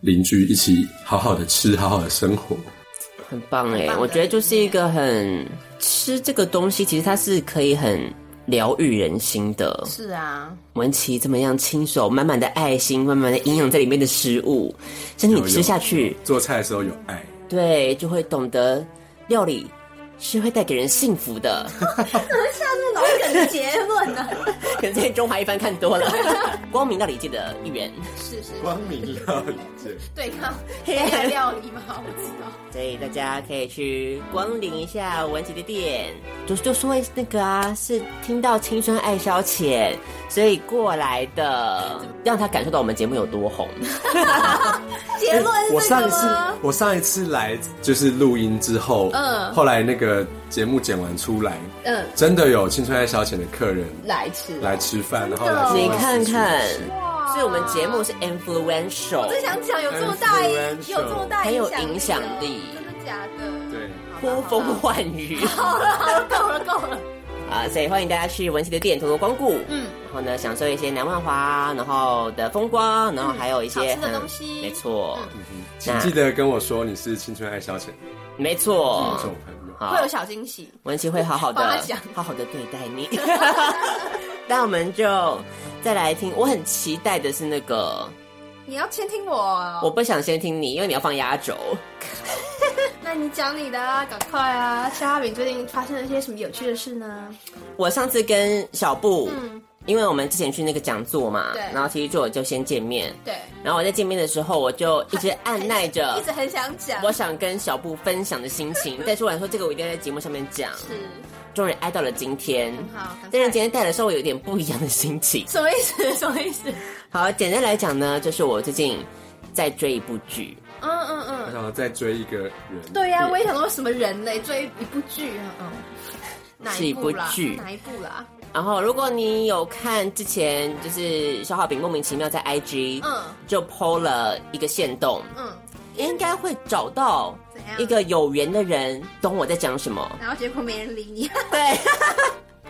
Speaker 6: 邻居一起好好的吃，好好的生活。
Speaker 5: 很棒哎、我觉得就是一个很吃这个东西，其实它是可以很疗愈人心的。
Speaker 2: 是啊，
Speaker 5: 文琪怎么样亲手满满的爱心，满满的营养在里面的食物，身体
Speaker 6: 有
Speaker 5: 吃下去，
Speaker 6: 做菜的时候有爱，
Speaker 5: 对，就会懂得料理是会带给人幸福的。
Speaker 2: 老梗的结论呢？
Speaker 5: 可能在中华一番看多了， 光明料理界的一员。
Speaker 2: 是是，
Speaker 6: 光明料理界。
Speaker 2: 对抗黑暗料理嘛，我知道。
Speaker 5: 所以大家可以去光临一下文琪的店，就就说那个啊，是听到青春爱消遣，所以过来的，让他感受到我们节目有多红。
Speaker 2: 结论
Speaker 6: 哎我
Speaker 2: 是这
Speaker 6: 上
Speaker 2: 个
Speaker 6: 一次
Speaker 2: 吗？
Speaker 6: 我上一次来就是录音之后，
Speaker 2: 嗯
Speaker 6: 后来那个节目剪完出来，
Speaker 2: 嗯，
Speaker 6: 真的有青春爱消遣的客人
Speaker 2: 来吃，
Speaker 6: 来吃饭，然后
Speaker 2: 真的
Speaker 6: 来
Speaker 2: 哦
Speaker 6: 说
Speaker 5: 你看看
Speaker 6: 是是是，
Speaker 5: 所以我们节目是 influential，
Speaker 2: 真想讲有这么大影，
Speaker 6: Influential
Speaker 2: 有这么大
Speaker 5: 很有
Speaker 2: 影
Speaker 5: 影
Speaker 2: 响
Speaker 5: 响
Speaker 2: 力
Speaker 5: 力
Speaker 2: 哦，真的假的？
Speaker 6: 对，
Speaker 5: 呼风唤雨
Speaker 2: 好了好了，够了够了，
Speaker 5: 啊！所以欢迎大家去文琪的店多多光顾，嗯，然后呢，享受一些南万华然后的风光，然后还有一些
Speaker 2: 嗯好吃的
Speaker 5: 很
Speaker 2: 东西嗯
Speaker 5: 没错，
Speaker 6: 请记得跟我说你是青春爱消遣的
Speaker 5: 嗯没错
Speaker 6: 这，种朋
Speaker 5: 哦
Speaker 6: 友。
Speaker 5: 好
Speaker 2: 会有小惊喜。
Speaker 5: 文琪会好好
Speaker 2: 帮他
Speaker 5: 的
Speaker 2: 讲，
Speaker 5: 好好的对待你。 那我们就再来听，我很期待的是那个，
Speaker 2: 你要先听我哦，
Speaker 5: 我不想先听你，因为你要放压轴。
Speaker 2: 那你讲你的啊，赶快啊！肖亚饼最近发生了一些什么有趣的事呢？
Speaker 5: 我上次跟小布因为我们之前去那个讲座嘛，
Speaker 2: 嗯对
Speaker 5: 然后其实就我就先见面，
Speaker 2: 对，
Speaker 5: 然后我在见面的时候，我就一直按耐着
Speaker 2: 一直很想讲，
Speaker 5: 我想跟小布分享的心情，但是我想说这个我一定要在节目上面讲。
Speaker 2: 是嗯
Speaker 5: 终于挨到了今天，
Speaker 2: 好，
Speaker 5: 但是今天带了稍微有点不一样的心情。
Speaker 2: 什么意思？什么意思？
Speaker 5: 好，简单来讲呢，就是我最近在追一部剧，
Speaker 2: 嗯嗯嗯
Speaker 6: 我，想要再追一个人，
Speaker 2: 对呀、我也想说什么人类追一部剧啊，嗯， 哪
Speaker 5: 是一
Speaker 2: 部
Speaker 5: 部
Speaker 2: 啦？
Speaker 5: 剧
Speaker 2: 哪一部啦？
Speaker 5: 然后如果你有看之前，就是小好饼莫名其妙在 IG，
Speaker 2: 嗯
Speaker 5: 就 PO 了一个线动，
Speaker 2: 嗯，
Speaker 5: 应该会找到
Speaker 2: 怎样
Speaker 5: 一个有缘的人，懂我在讲什 么。
Speaker 2: 然后结果没人理你，
Speaker 5: 对，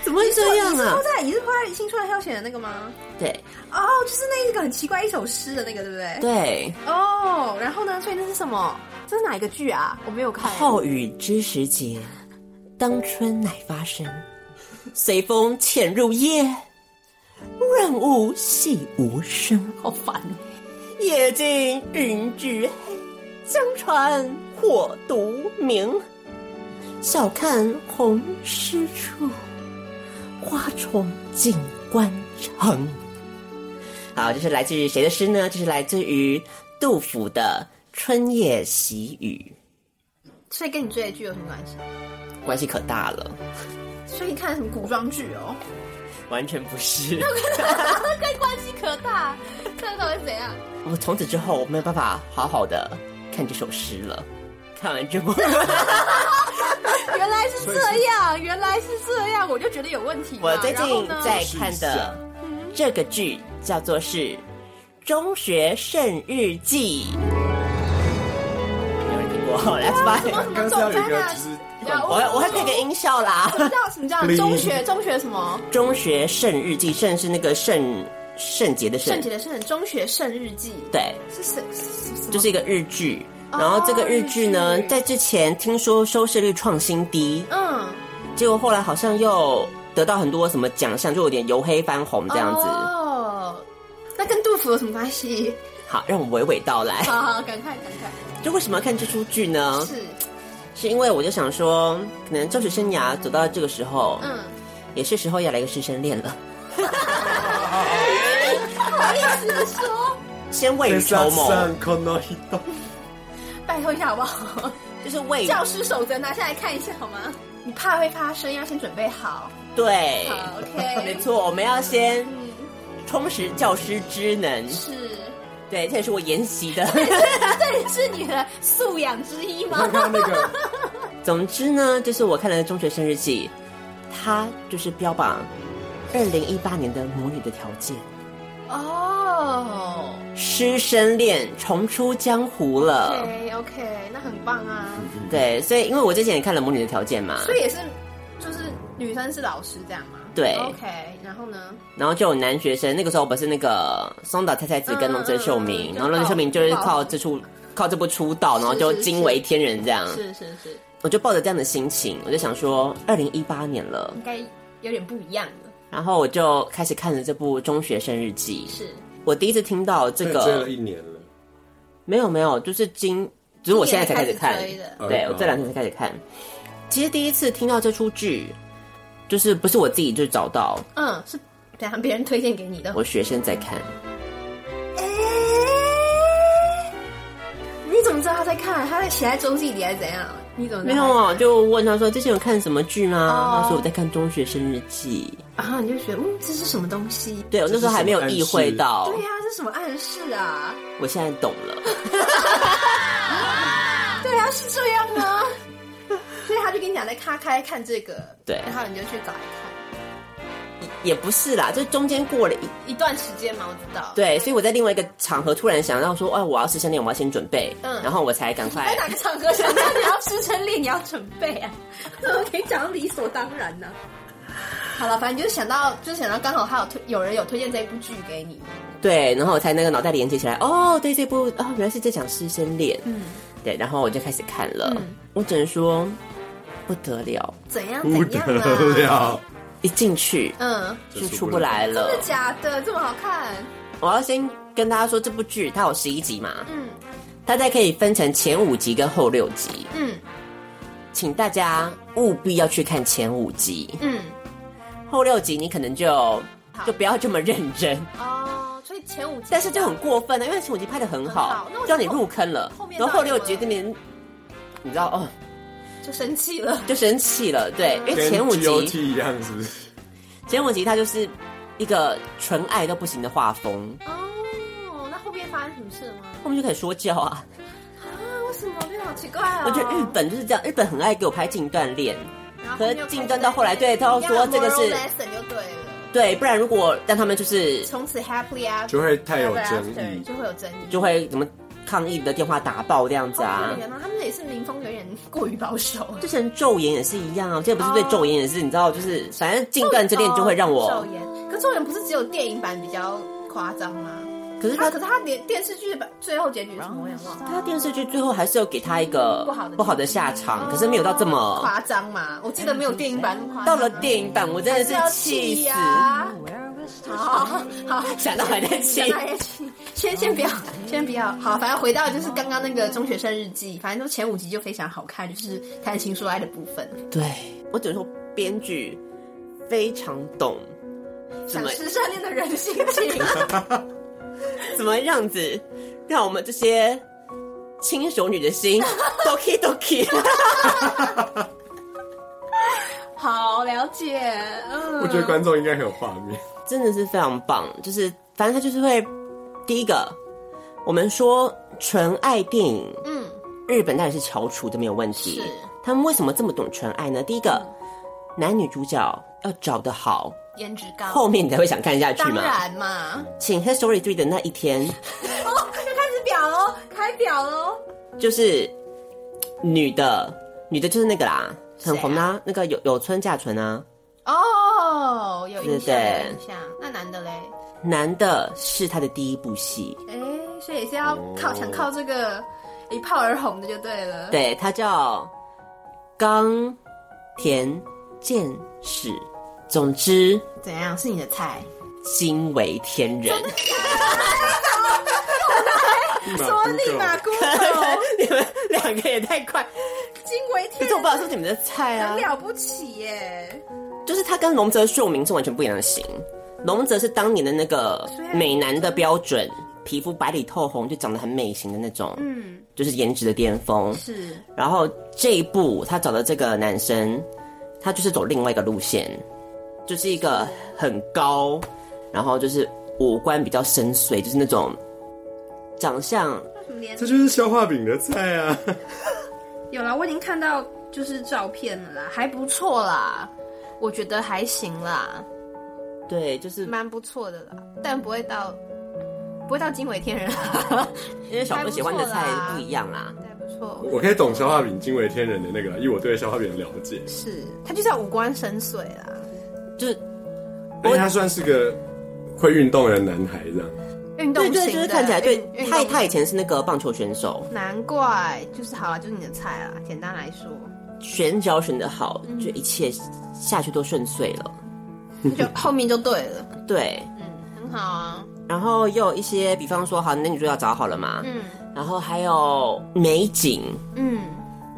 Speaker 5: 怎么会这样啊
Speaker 2: 都？ 在你是抛在新出来挑选的那个吗？
Speaker 5: 对
Speaker 2: 哦，就是那一个很奇怪一首诗的那个，对不对？
Speaker 5: 对，
Speaker 2: 哦，然后呢？所以那是什么？这是哪一个剧啊？我没有看。
Speaker 5: 暴雨之时节，当春乃发生，随风潜入夜，润物细无声。
Speaker 2: 好烦哦！
Speaker 5: 夜尽云俱黑，江船火独明。晓看红湿处，花重锦官城。好，这是来自于谁的诗呢？这是来自于杜甫的《春夜喜雨
Speaker 2: 所以跟你追的剧有什么关系？》，
Speaker 5: 关系可大了，
Speaker 2: 所以你看什么古装剧 哦？
Speaker 5: 完全不是。
Speaker 2: 跟关系可大，这到底是怎样？
Speaker 5: 我从此之后我没有办法好好的看这首诗了。看完之 后，
Speaker 2: 原来是这样，原来是这样，我就觉得有问题嘛。
Speaker 5: 我最
Speaker 2: 然后
Speaker 5: 近
Speaker 2: 呢
Speaker 5: 在看的
Speaker 2: 嗯
Speaker 5: 这个剧叫做是《中学圣日记》，有人听过 ？That's
Speaker 2: 什
Speaker 5: fine。
Speaker 2: 么
Speaker 6: 刚
Speaker 2: 总
Speaker 6: 才有一
Speaker 2: 班
Speaker 6: 个
Speaker 2: 啊
Speaker 6: 就？是
Speaker 2: 呀
Speaker 5: 我我会配个音效啦，
Speaker 2: 不知道什么叫中学中学什么
Speaker 5: 《中学圣日记》圣是那个圣圣洁的圣
Speaker 2: 圣，洁的圣中学圣日记
Speaker 5: 对，
Speaker 2: 是谁是是什么？
Speaker 5: 就是一个日剧。
Speaker 2: 哦
Speaker 5: 然后这个日剧呢
Speaker 2: 日，剧
Speaker 5: 在之前听说收视率创新低，
Speaker 2: 嗯
Speaker 5: 结果后来好像又得到很多什么奖项，就有点由黑翻红这样子。
Speaker 2: 哦，那跟杜甫有什么关系？
Speaker 5: 好，让我娓娓道来。
Speaker 2: 好好，赶快赶快，
Speaker 5: 就为什么要看这出剧呢？
Speaker 2: 是
Speaker 5: 是因为我就想说，可能教学生涯走到这个时候，
Speaker 2: 嗯，
Speaker 5: 也是时候要来个师生恋了。哎
Speaker 2: 好意思说，
Speaker 5: 先未雨绸缪，
Speaker 6: 可能一动，
Speaker 2: 拜托一下好 不好？
Speaker 5: 就是未
Speaker 2: 教师守则拿下来看一下好吗？你怕会发生，要先准备好。
Speaker 5: 对，
Speaker 2: 好
Speaker 5: 没
Speaker 2: ，OK，
Speaker 5: 错，我们要先
Speaker 2: 嗯，
Speaker 5: 充实教师之能。
Speaker 2: 是。
Speaker 5: 对，这也是我研习 的。
Speaker 2: 这是你的素养之一 吗？
Speaker 6: 刚刚那个
Speaker 5: 总之呢，就是我看了《中学生日记》，它就是标榜二零一八年的母女的条件，
Speaker 2: 哦、
Speaker 5: 师生恋重出江湖了。
Speaker 2: 对 OK，那很棒啊！
Speaker 5: 对，所以因为我之前也看了《母女的条件》嘛，
Speaker 2: 所以也是，就是女生是老师这样吗？
Speaker 5: 对
Speaker 2: ，OK，然后呢？
Speaker 5: 然后就有男学生，那个时候不是那个松岛菜菜子跟龙泽秀
Speaker 2: 嗯
Speaker 5: 明，
Speaker 2: 嗯嗯
Speaker 5: 然后龙泽秀明就是靠这出靠这部出道，然后就是
Speaker 2: 是
Speaker 5: 惊为天人这样。
Speaker 2: 是是是，
Speaker 5: 我就抱着这样的心情，我就想说，二零一八年了，
Speaker 2: 应该有点不一样了。
Speaker 5: 然后我就开始看了这部《中学生日记》。
Speaker 2: 是，
Speaker 5: 我第一次听到这
Speaker 6: 这追
Speaker 5: 个
Speaker 6: 了，一年了，
Speaker 5: 没有没有，就是今，只是我现在才开始看
Speaker 2: 今年开始，追
Speaker 6: 的
Speaker 5: 对
Speaker 6: 哦
Speaker 5: 我这两天才开始看。其实第一次听到这出剧，就是不是我自己就找到，
Speaker 2: 嗯，是怎样？别人推荐给你的？
Speaker 5: 我学生在看。
Speaker 2: 嗯你怎么知道他在看？他在写在周记里还是怎样？你怎么
Speaker 5: 没有
Speaker 2: 啊？
Speaker 5: 啊，就问他说之前有看什么剧吗？
Speaker 2: 哦
Speaker 5: 他说我在看《中学生日记
Speaker 2: 然后你就觉得，嗯，这是什么东西》。？
Speaker 5: 对，我那时候还没有意会到
Speaker 2: 对，呀、这是什么暗 示啊？
Speaker 5: 我现在懂了。
Speaker 2: 对啊， 是这样吗？所以他就跟你讲在咔开看这个，
Speaker 5: 对
Speaker 2: 然后你就去找来看
Speaker 5: 也不是啦，就中间过了一
Speaker 2: 一段时间嘛，我知道。，
Speaker 5: 对，所以我在另外一个场合突然想到说，哎，我要师生恋，我要先准备，
Speaker 2: 嗯
Speaker 5: 然后我才赶
Speaker 2: 在
Speaker 5: 快。
Speaker 2: 哪个场合想到你要师生恋，你要准备 啊？怎么可以讲到理所当然呢、好了，反正就是想到，就是想到刚好他有推，有人有推荐这一部剧给你，
Speaker 5: 对，然后我才那个脑袋连接起来，哦，对，这部哦，原来是在讲师生恋，
Speaker 2: 嗯，
Speaker 5: 对，然后我就开始看了，
Speaker 2: 嗯
Speaker 5: 我只能说不得了，
Speaker 2: 怎样
Speaker 6: 不
Speaker 2: 怎样
Speaker 6: 得
Speaker 2: 啊？
Speaker 6: 了，
Speaker 5: 一进去
Speaker 2: 嗯，
Speaker 5: 就
Speaker 6: 就
Speaker 5: 出
Speaker 6: 出
Speaker 5: 不
Speaker 6: 不
Speaker 5: 来
Speaker 6: 来
Speaker 5: 了
Speaker 2: 真。的假的？这么好看？
Speaker 5: 我要先跟大家说，这部剧它有十一集嘛，
Speaker 2: 嗯
Speaker 5: 大概可以分成前五集跟后六集，
Speaker 2: 嗯
Speaker 5: 请大家务必要去看前五集，
Speaker 2: 嗯，
Speaker 5: 后六集你可能就
Speaker 2: 好
Speaker 5: 就不要这么认真。
Speaker 2: 哦，所以前五集，
Speaker 5: 但是就很过分了，啊因为前五集拍的很
Speaker 2: 很
Speaker 5: 好
Speaker 2: 好那，为什么
Speaker 5: 让你入坑了
Speaker 2: 后，面
Speaker 5: 然后后
Speaker 2: 到底
Speaker 5: 六集这边，你知道哦，
Speaker 2: 就生气了。
Speaker 5: 就生气了，对，因为
Speaker 6: 跟
Speaker 5: 哎前五
Speaker 6: GOT
Speaker 5: 集
Speaker 6: 一样，是不是？
Speaker 5: 前五集它就是一个纯爱到不行的画风，
Speaker 2: 哦，那后面发生什么事了吗？
Speaker 5: 后面就开始说教啊。
Speaker 2: 啊，为什么变得好奇怪啊、哦？
Speaker 5: 我觉得嗯日本就是这样，日本很爱给我拍近段恋，
Speaker 2: 然后
Speaker 5: 可
Speaker 2: 后
Speaker 5: 是
Speaker 2: 面又开始
Speaker 5: 竞争到后来对他说
Speaker 2: 一样的
Speaker 5: 这个是
Speaker 2: moral lesson 就对了，
Speaker 5: 对，不然如果让他们就是
Speaker 2: 从此 happily after
Speaker 6: 就会太
Speaker 2: 啊
Speaker 6: 有争议
Speaker 2: after，就会有争议，
Speaker 5: 就会怎么抗议的电话打爆这样子啊
Speaker 2: 哦。然后他们也是民风有点过于保守。
Speaker 5: 之前昼颜也是一样啊，我记得不是对昼颜也是，你知道，就是反正近段之恋就会让
Speaker 2: 哦
Speaker 5: 我，
Speaker 2: 咒言，可咒言不是只有电影版比较夸张吗？
Speaker 5: 可是
Speaker 2: 他
Speaker 5: 他
Speaker 2: 可是他连电视剧版最后结局是什么我也忘了，
Speaker 5: 他电视剧最后还是有给他一个
Speaker 2: 不好的
Speaker 5: 不好的下场，可是没有到这么。
Speaker 2: 夸张嘛？我记得没有电影版那么夸张。
Speaker 5: 到了电影版，我真的是气死，
Speaker 2: 呀！好好，
Speaker 5: 想到还在
Speaker 2: 先
Speaker 5: 气。
Speaker 2: 先先不要，先不要。好，反正回到就是刚刚那个中学生日记，反正就前五集就非常好看，就是谈情说爱的部分，
Speaker 5: 对我只能说编剧非常懂怎
Speaker 2: 想
Speaker 5: 么
Speaker 2: 师善恋的人心 情。
Speaker 5: 怎么样子让我们这些轻熟女的心 doki doki。
Speaker 2: 好了解，嗯，
Speaker 6: 我觉得观众应该很有画面。
Speaker 5: 真的是非常棒。就是反正他就是会第一个，我们说纯爱电影，嗯，日本当然是翘楚的没有问题
Speaker 2: 是。嗯
Speaker 5: 他们为什么这么懂纯爱呢？第一个，男女主角要找得好，
Speaker 2: 颜值高，
Speaker 5: 后面你才会想看下去
Speaker 2: 当
Speaker 5: 嘛。
Speaker 2: 然嘛，
Speaker 5: 请 History Three 的那一天，
Speaker 2: 哦，又开始表
Speaker 5: 哦
Speaker 2: 喽，开表喽，
Speaker 5: 就是女的，女的就是那个啦，很红啊，那个有有村架纯啊。
Speaker 2: 哦，有印象，
Speaker 5: 对对
Speaker 2: 有印象。那男的嘞，
Speaker 5: 男的是他的第一部戏，
Speaker 2: 哎，所以也是要靠想靠这个一炮而红的就对了。，
Speaker 5: 对他叫冈田健史。总之，
Speaker 2: 怎样是你的菜？
Speaker 5: 惊为天人。
Speaker 6: 什
Speaker 2: 我立
Speaker 6: 哦
Speaker 2: 马咕咚，
Speaker 5: 你们两个也太快，
Speaker 2: 惊为
Speaker 5: 可
Speaker 2: 天
Speaker 5: 是我不知道是
Speaker 2: 人，
Speaker 5: 不是你们的菜啊
Speaker 2: 很。了不起耶！
Speaker 5: 就是他跟龙泽秀明是完全不一样的型。龙泽是当年的那个美男的标准，皮肤白里透红，就长得很美型的那种，嗯，就是颜值的巅峰。
Speaker 2: 是
Speaker 5: 然后这一部他找的这个男生，他就是走另外一个路线，就是一个很高，然后就是五官比较深邃，就是那种长相
Speaker 6: 这就是消化饼的菜啊！
Speaker 2: 有啦，我已经看到就是照片了啦，还不错啦，我觉得还行啦，
Speaker 5: 对，就是
Speaker 2: 蛮不错的啦，但不会到不会到惊为天人啊啦，
Speaker 5: 因为小哥喜欢的菜不一样啦。
Speaker 2: 还不错。
Speaker 6: 我可以懂消化饼惊为天人的那个，以我对消化饼的了解，
Speaker 2: 是，他就是要五官深邃啦。
Speaker 5: 就是
Speaker 6: 因哎为他算是个会运动的男孩这样。
Speaker 2: 运动
Speaker 5: 对对，
Speaker 2: 型的啊
Speaker 5: 就是看起来对
Speaker 2: 运运动
Speaker 5: 他
Speaker 2: 型
Speaker 5: 他以前是那个棒球选手，
Speaker 2: 难怪，就是好了，就是你的菜啦。简单来说，
Speaker 5: 选角选的好，
Speaker 2: 嗯
Speaker 5: 就一切下去都顺遂了。
Speaker 2: 就后面就对了，
Speaker 5: 对，
Speaker 2: 嗯很好啊。
Speaker 5: 然后又有一些，比方说，好，那女主角找好了嘛，嗯，然后还有美景，
Speaker 2: 嗯，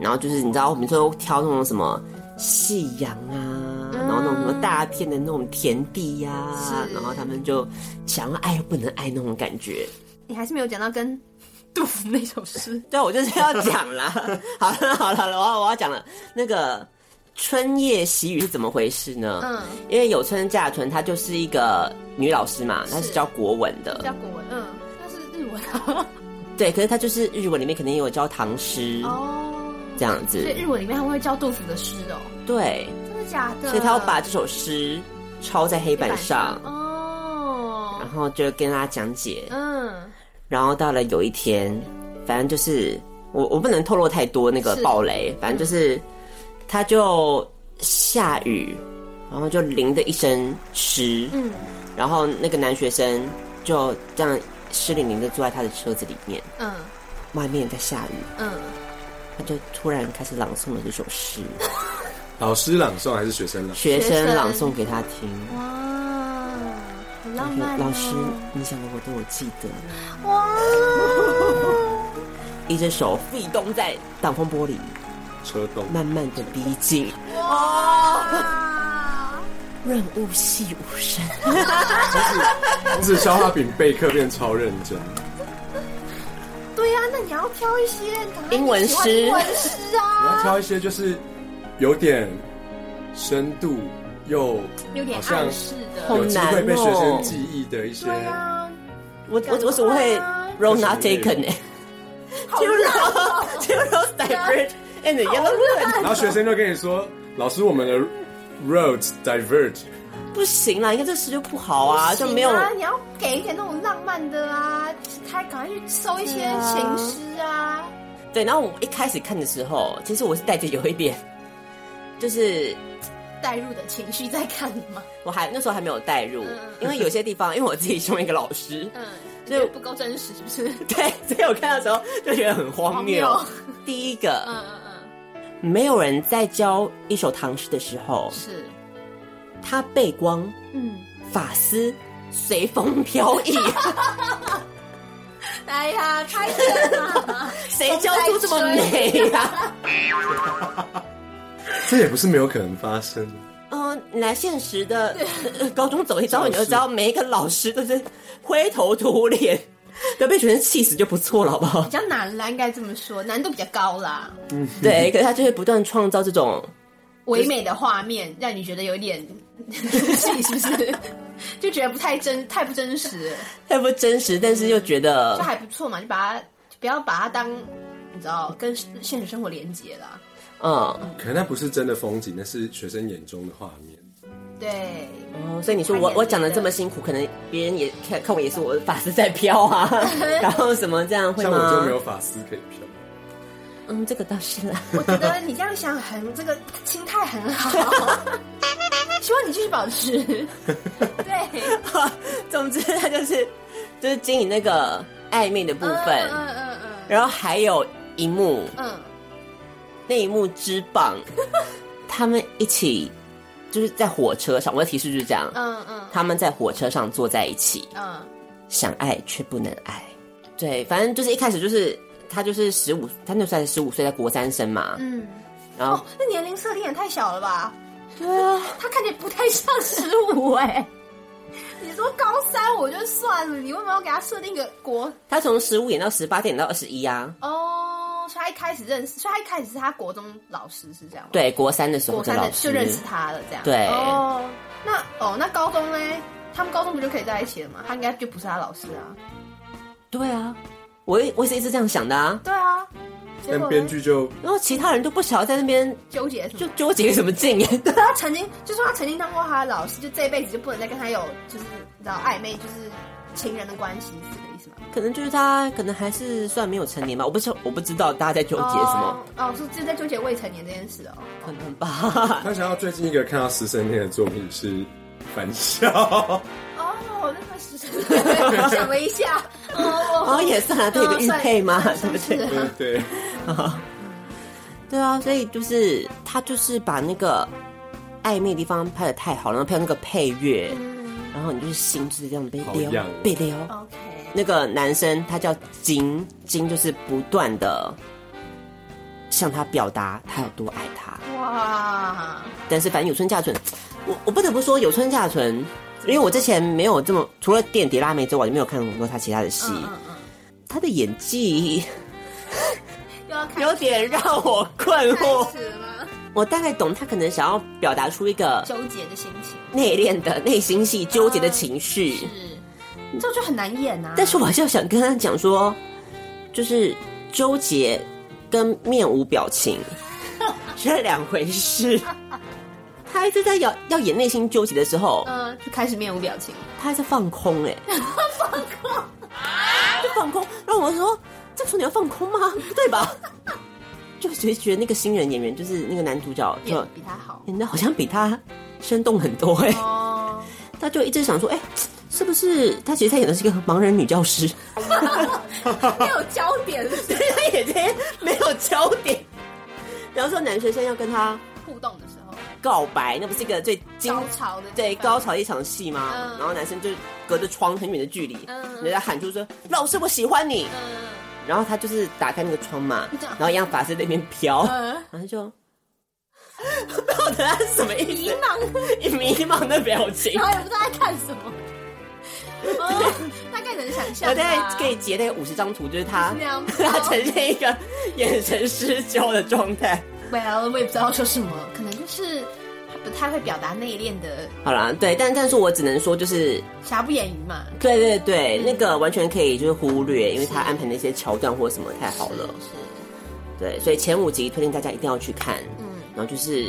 Speaker 5: 然后就是你知道，我们都挑那种什么夕阳啊，然后那种什么大片的那种田地呀、
Speaker 2: 嗯是
Speaker 5: 然后他们就想要爱又不能爱那种感觉。
Speaker 2: 你还是没有讲到 跟杜甫那首诗，
Speaker 5: 对，我就是要讲 啦。好了好了好了，我要我要讲了。那个春夜喜雨是怎么回事呢？
Speaker 2: 嗯，
Speaker 5: 因为有村架纯她就是一个女老师嘛，她是
Speaker 2: 是
Speaker 5: 教国文的，
Speaker 2: 叫国文，嗯，那是日文啊。
Speaker 5: 对，可是他就是日文里面肯定也有教唐诗、
Speaker 2: 哦，
Speaker 5: 这样子
Speaker 2: 所，以日文里面他们会教杜甫的诗哦，
Speaker 5: 对，
Speaker 2: 真的假的？
Speaker 5: 所以他要把这首诗抄在黑板
Speaker 2: 板
Speaker 5: 上，
Speaker 2: 哦
Speaker 5: 然，后就跟大家讲解。
Speaker 2: 嗯，
Speaker 5: 然后到了有一天，反正就是我我不能透露太多那个
Speaker 2: 是
Speaker 5: 暴雷，反正就是他就下雨，然后就淋的一身湿，嗯，然后那个男学生就这样湿淋淋的坐在他的车子里面，
Speaker 2: 嗯
Speaker 5: 外面在下雨，
Speaker 2: 嗯，
Speaker 5: 他就突然开始朗诵了这首 诗，
Speaker 6: 老师朗诵还是学生朗？
Speaker 5: 学
Speaker 2: 学
Speaker 5: 生
Speaker 2: 生
Speaker 5: 朗诵给他听。
Speaker 2: 嗯哇，啊好浪
Speaker 5: 就
Speaker 2: 漫、哦。
Speaker 5: 老师，你想的我都有记得。
Speaker 2: 哇，
Speaker 5: 一只手壁咚在挡风玻璃，
Speaker 6: 车动，
Speaker 5: 慢慢的逼近。
Speaker 2: 哇，
Speaker 5: 润物细无声。
Speaker 6: 不是消化饼备课变超认真，
Speaker 2: 对呀、那你要挑一些赶快
Speaker 5: 英文诗
Speaker 2: 你喜欢的英文诗
Speaker 6: 你
Speaker 2: 啊，
Speaker 6: 要挑一些就是有点深度又
Speaker 2: 有点
Speaker 6: 好像
Speaker 2: 暗示的。
Speaker 6: 有机会被学生记忆的一些。
Speaker 2: 对啊，
Speaker 5: 我我我只会 roll not taken 哎
Speaker 2: 好哦
Speaker 5: ，two
Speaker 2: 热
Speaker 5: roll two roll 哎 diverge and the yellow ribbon
Speaker 6: 然后学生就跟你说：“老师，我们的 roads diverge。
Speaker 5: 不行啦，你看这诗就不好啊，就没有
Speaker 2: 行啊，你要给一点那种浪漫的啊，他赶快去搜一些情诗啊。
Speaker 5: 对。然后我一开始看的时候，其实我是带着有一点，就是
Speaker 2: 带入的情绪在看嘛，
Speaker 5: 我还那时候还没有带入
Speaker 2: 嗯，
Speaker 5: 因为有些地方，因为我自己身为一个老师，
Speaker 2: 嗯，
Speaker 5: 所以
Speaker 2: 就不够真实，是不是？
Speaker 5: 对，所以我看到的时候就觉得很荒谬
Speaker 2: 荒。
Speaker 5: 第一个，
Speaker 2: 嗯嗯嗯，
Speaker 5: 没有人在教一首唐诗的时候，
Speaker 2: 是，
Speaker 5: 他背光，嗯，发丝随风飘 逸，
Speaker 2: 哎呀，太深了，
Speaker 5: 谁教出这么美呀、啊？”
Speaker 6: 这也不是没有可能发生。
Speaker 5: 嗯，你来现实的呃 高中走一遭，你就知道每一个老师都是灰头土脸， 都被学生气死就不错了，好不好
Speaker 2: 比？较难啦，应该这么说，难度比较高啦。
Speaker 5: 对，可是他就会不断创造这种
Speaker 2: 唯美的画面让你觉得有点入戏，是不是？ 就觉得不太真，太不真实了，
Speaker 5: 太不真实，但是又觉得
Speaker 2: 就还不错嘛，就把它就不要把它当你知道跟现实生活连接啦。
Speaker 5: 嗯。
Speaker 6: 可能那不是真的风景，那是学生眼中的画面。
Speaker 2: 对，
Speaker 5: 哦，所以你说我我讲的这么辛苦，可能别人也看看我也是我的发丝在飘啊， 然后什么这样会
Speaker 6: 像我就
Speaker 5: 吗？
Speaker 6: 没有法丝可以飘。
Speaker 5: 嗯，这个倒是啦。
Speaker 2: 我觉得你这样想很这个心态很好，希望你继续保持。对，
Speaker 5: 总之，他就是就是经营那个暧昧的部分，
Speaker 2: 嗯嗯嗯
Speaker 5: 然后还有一幕，
Speaker 2: 嗯
Speaker 5: 那一幕之 棒，他们一起就是在火车上，我的提示就是这样，
Speaker 2: 嗯嗯
Speaker 5: 他们在火车上坐在一起，
Speaker 2: 嗯
Speaker 5: 想爱却不能爱。对，反正就是一开始就是他就是十五，他那时候才十五岁，在国三生嘛，
Speaker 2: 嗯，
Speaker 5: 然后
Speaker 2: 哦，那年龄设定也太小了吧？对啊，他看起来不太像十五哎。你说高三我就算了，你为什么要给他设定一个国？
Speaker 5: 他从十五演到十八，演到二十一啊。
Speaker 2: 哦，所以他一开始认识，所以他一开始是他国中老师是这样吗？，
Speaker 5: 对，国三的时候
Speaker 2: 国三
Speaker 5: 老
Speaker 2: 的
Speaker 5: 师
Speaker 2: 就认识。他了，这样。
Speaker 5: 对
Speaker 2: 哦，那哦，那高中嘞？他们高中不就可以在一起了吗？他应该就不是他老师啊。
Speaker 5: 对啊，我也我也是一直这样想的啊。
Speaker 2: 对啊，结
Speaker 6: 但
Speaker 2: 果
Speaker 6: 编
Speaker 2: 呢
Speaker 6: 剧就
Speaker 5: 然后其他人都不晓得在那边
Speaker 2: 纠结什么
Speaker 5: 就纠结什么劲，
Speaker 2: 他曾经就说他曾经当过他的老师，就这一辈子就不能再跟他有就是你知道暧昧，就是情人的关系是这个意思吗？
Speaker 5: 可能就是他可能还是算没有成年吧，我不知我不知道大家在纠结什么，
Speaker 2: 哦？哦，是就在纠结未成年这件事哦。
Speaker 5: 可能吧。
Speaker 6: 他想要最近一个看到师生恋的作品是《返 校
Speaker 2: 哦，那个是我想了一下，哦，
Speaker 5: 哦，也算啊，对，有个玉佩嘛，
Speaker 2: 哦
Speaker 5: 对
Speaker 2: 算
Speaker 5: 不
Speaker 2: 算
Speaker 5: 对？
Speaker 2: 是》啊。
Speaker 6: 对，
Speaker 5: 对啊，所以就是他就是把那个暧昧的地方拍的太好了，然后配上那个配乐，
Speaker 2: 嗯
Speaker 5: 然后你就是心就是这样被
Speaker 6: 好
Speaker 5: 撩
Speaker 6: 痒哦
Speaker 5: 被撩。
Speaker 2: OK，
Speaker 5: 那个男生他叫金，金就是不断的向他表达他有多爱他。
Speaker 2: 哇，
Speaker 5: 但是反正有村架纯，我我不得不说有村架纯，因为我之前没有这么除了《垫底辣妹》之外，我就没有看过他其他的戏。
Speaker 2: 嗯嗯嗯，
Speaker 5: 他的演技
Speaker 2: 又要开
Speaker 5: 有点让我困惑
Speaker 2: 开，始了吗？
Speaker 5: 我大概懂他可能想要表达出一个
Speaker 2: 纠结的心情
Speaker 5: 内敛的内心戏、纠结的情绪。
Speaker 2: 是，这就很难演啊。
Speaker 5: 嗯但是我还是要想跟他讲说，就是纠结跟面无表 情是两回事。他一直在要要演内心纠结的时候，
Speaker 2: 嗯，就开始面无表情。
Speaker 5: 他还在放空哎、放空，就放空。然后我就说，这个时候你要放空吗？不对吧？就觉得觉得那个新人演员，就是那个男主角，就
Speaker 2: 演比他好
Speaker 5: 演哎的好像比他生动很多哎、
Speaker 2: 哦，
Speaker 5: 他就一直想说，哎、是不是他其实他演的是一个盲人女教师？
Speaker 2: 没有焦 点是不是
Speaker 5: 他眼睛没有焦点。然后说男学生要跟他
Speaker 2: 互动的时候，
Speaker 5: 告白，那不是一个最精
Speaker 2: 高潮的
Speaker 5: 对
Speaker 2: 地方
Speaker 5: 高潮的一场戏吗？
Speaker 2: 嗯
Speaker 5: 然后男生就隔着窗很远的距离，
Speaker 2: 嗯
Speaker 5: 人家喊出说：“老师，我喜欢你。
Speaker 2: 嗯，
Speaker 5: 然后他就是打开那个窗嘛，
Speaker 2: 这样
Speaker 5: 然后一样法师在那边飘，
Speaker 2: 嗯
Speaker 5: 然后就 到底他什么意
Speaker 2: 迷
Speaker 5: 思？
Speaker 2: 茫，
Speaker 5: 一 迷茫的表情
Speaker 2: 然。后也不知道在看什么。哦，大概能想象
Speaker 5: 我
Speaker 2: 吧。
Speaker 5: 大概可以截那五十张图，就是他
Speaker 2: 是那样
Speaker 5: 他呈现一个眼神失焦的状态。
Speaker 2: Well，我也不知道说什么，可能就是他不太会表达内敛的，
Speaker 5: 好啦，对，但但是我只能说，就是
Speaker 2: 瑕不掩瑜嘛。
Speaker 5: 对对
Speaker 2: 嗯
Speaker 5: 对，那个完全可以就是忽略，因为他安排那些桥段或什么太好了。
Speaker 2: 是
Speaker 5: 对，所以前五集推荐大家一定要去看，嗯，然后就是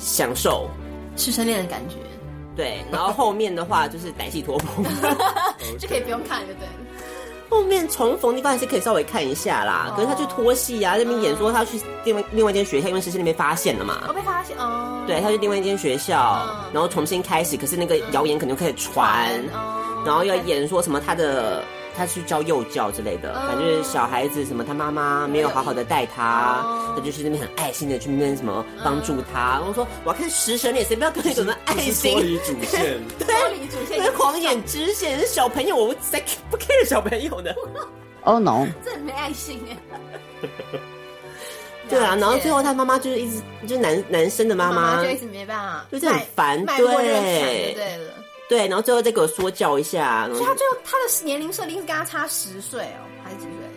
Speaker 5: 享受。
Speaker 2: 师生恋的感觉，
Speaker 5: 对，然后后面的话就是歹戏拖棚，
Speaker 2: 就可以不用看，就对了。
Speaker 5: 后面重逢地方还是可以稍微看一下
Speaker 2: 哦
Speaker 5: 啦。可是他去拖戏啊，那边演说他去另外另外一间学校，因为师生那边发现了嘛
Speaker 2: 我，被发现哦，
Speaker 5: 对，他去另外一间学校，
Speaker 2: 嗯
Speaker 5: 然后重新开始，可是那个谣言可能就开始传，
Speaker 2: 哦，
Speaker 5: 然后要演说什么他的。他去教幼教之类的，
Speaker 2: 嗯
Speaker 5: 反正就是小孩子什么，他妈妈没有好好的带他，
Speaker 2: 哦
Speaker 5: 他就去那边很爱心的去那边什么帮助他。
Speaker 2: 嗯
Speaker 5: 我说我要看食神脸，谁不要跟你什么爱
Speaker 6: 就 是
Speaker 5: 心
Speaker 6: 脱离主 线，
Speaker 2: 脱离主线
Speaker 5: 那，狂眼支线是小朋友，我才不 care 小朋友 的。
Speaker 9: Oh no！
Speaker 2: 这很没爱心哎。
Speaker 5: 对啊，
Speaker 2: 了解
Speaker 5: 然后最后他妈妈就是一直就是男男生的妈
Speaker 2: 妈
Speaker 5: 妈
Speaker 2: 妈就一直没办法，
Speaker 5: 就是很烦
Speaker 2: 脉络就
Speaker 5: 对
Speaker 2: 很烦就对了。
Speaker 5: 对，然后最后再给我说教一下，然后
Speaker 2: 所以他最后他的年龄设定是跟他差十岁哦，还是几岁？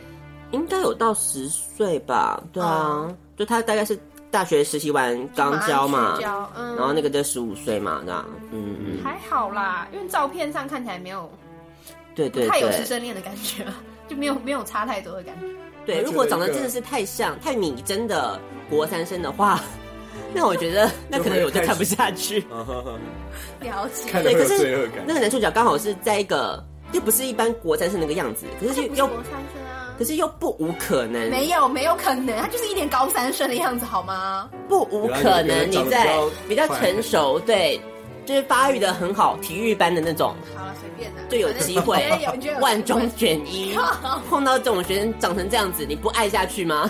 Speaker 5: 应该有到十岁吧？对啊，
Speaker 2: 哦
Speaker 5: 就他大概是大学实习完刚交嘛，
Speaker 2: 去教嗯，
Speaker 5: 然后那个就十五岁嘛，这样，嗯嗯，
Speaker 2: 还好啦，因为照片上看起来没有
Speaker 5: 对对
Speaker 2: 太有师
Speaker 5: 对，
Speaker 2: 生恋的感觉了，就没有没有差太多的感觉。
Speaker 5: 对，
Speaker 6: 我觉得
Speaker 5: 如果长得
Speaker 6: 一个
Speaker 5: 真的是太像太拟真的国三生的话， 那我觉得 那可能我就看不下去。
Speaker 6: 啊哈哈
Speaker 2: 了解，
Speaker 6: 看得
Speaker 5: 对，
Speaker 6: 会
Speaker 5: 可
Speaker 6: 有
Speaker 5: 是
Speaker 6: 罪恶感
Speaker 5: 那。个男主角刚好是在一个又不是一般国三生那个样子，可是
Speaker 2: 他
Speaker 5: 又
Speaker 2: 不是
Speaker 5: 又
Speaker 2: 国三生啊
Speaker 5: 可。是又不无可能，
Speaker 2: 没有没有可能，他就是一脸高三生的样子，好吗？
Speaker 5: 不无啊可能，你在比较成熟，对，就是发育的很好，体育班的那种，
Speaker 2: 好了，随便啦，
Speaker 5: 就有机 会
Speaker 2: 反正你觉得有你觉得有
Speaker 5: 万中选 一。
Speaker 2: 靠
Speaker 5: 碰到这种学生长成这样子，你不爱下去吗？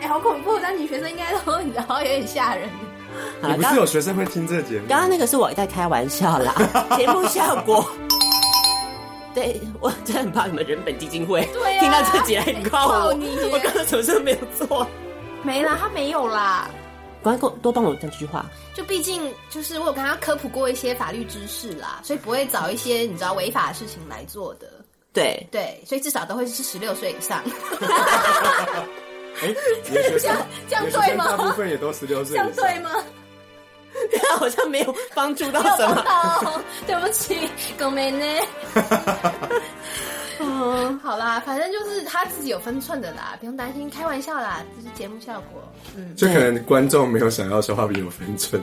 Speaker 2: 哎、好恐怖！但女学生应该都你知道有点吓人。
Speaker 5: 好
Speaker 6: 你
Speaker 5: 了，
Speaker 6: 不
Speaker 5: 刚
Speaker 6: 是有学生会听这个节目？
Speaker 5: 刚刚那个是我在开玩笑 啦，节目效果。对，我真的很怕你们人本基金会
Speaker 2: 对啊
Speaker 5: 听到这集来告我
Speaker 2: 告你，
Speaker 5: 我刚刚什么事都没有做。
Speaker 2: 没啦，他没有啦。
Speaker 5: 赶快给我多帮我讲几句话。
Speaker 2: 就毕竟就是我有跟他科普过一些法律知识啦，所以不会找一些你知道违法的事情来做的。
Speaker 5: 对，
Speaker 2: 对，所以至少都会是十六岁以上。
Speaker 6: 哎，你的学生
Speaker 2: 这样
Speaker 6: 你
Speaker 2: 这样
Speaker 6: 的学
Speaker 2: 对
Speaker 6: 生
Speaker 2: 吗
Speaker 6: 大部分也都十六
Speaker 2: 这
Speaker 6: 岁以上，
Speaker 2: 样对吗？
Speaker 5: 他好像没有帮助到
Speaker 2: 没有
Speaker 5: 什
Speaker 2: 碰
Speaker 5: 么。
Speaker 2: 到 哦，对不起，狗没呢。嗯，好啦，反正就是他自己有分寸的啦，不用担心，开玩笑啦，这是节目效果。嗯
Speaker 6: 就可能观众没有想要说话比有分寸，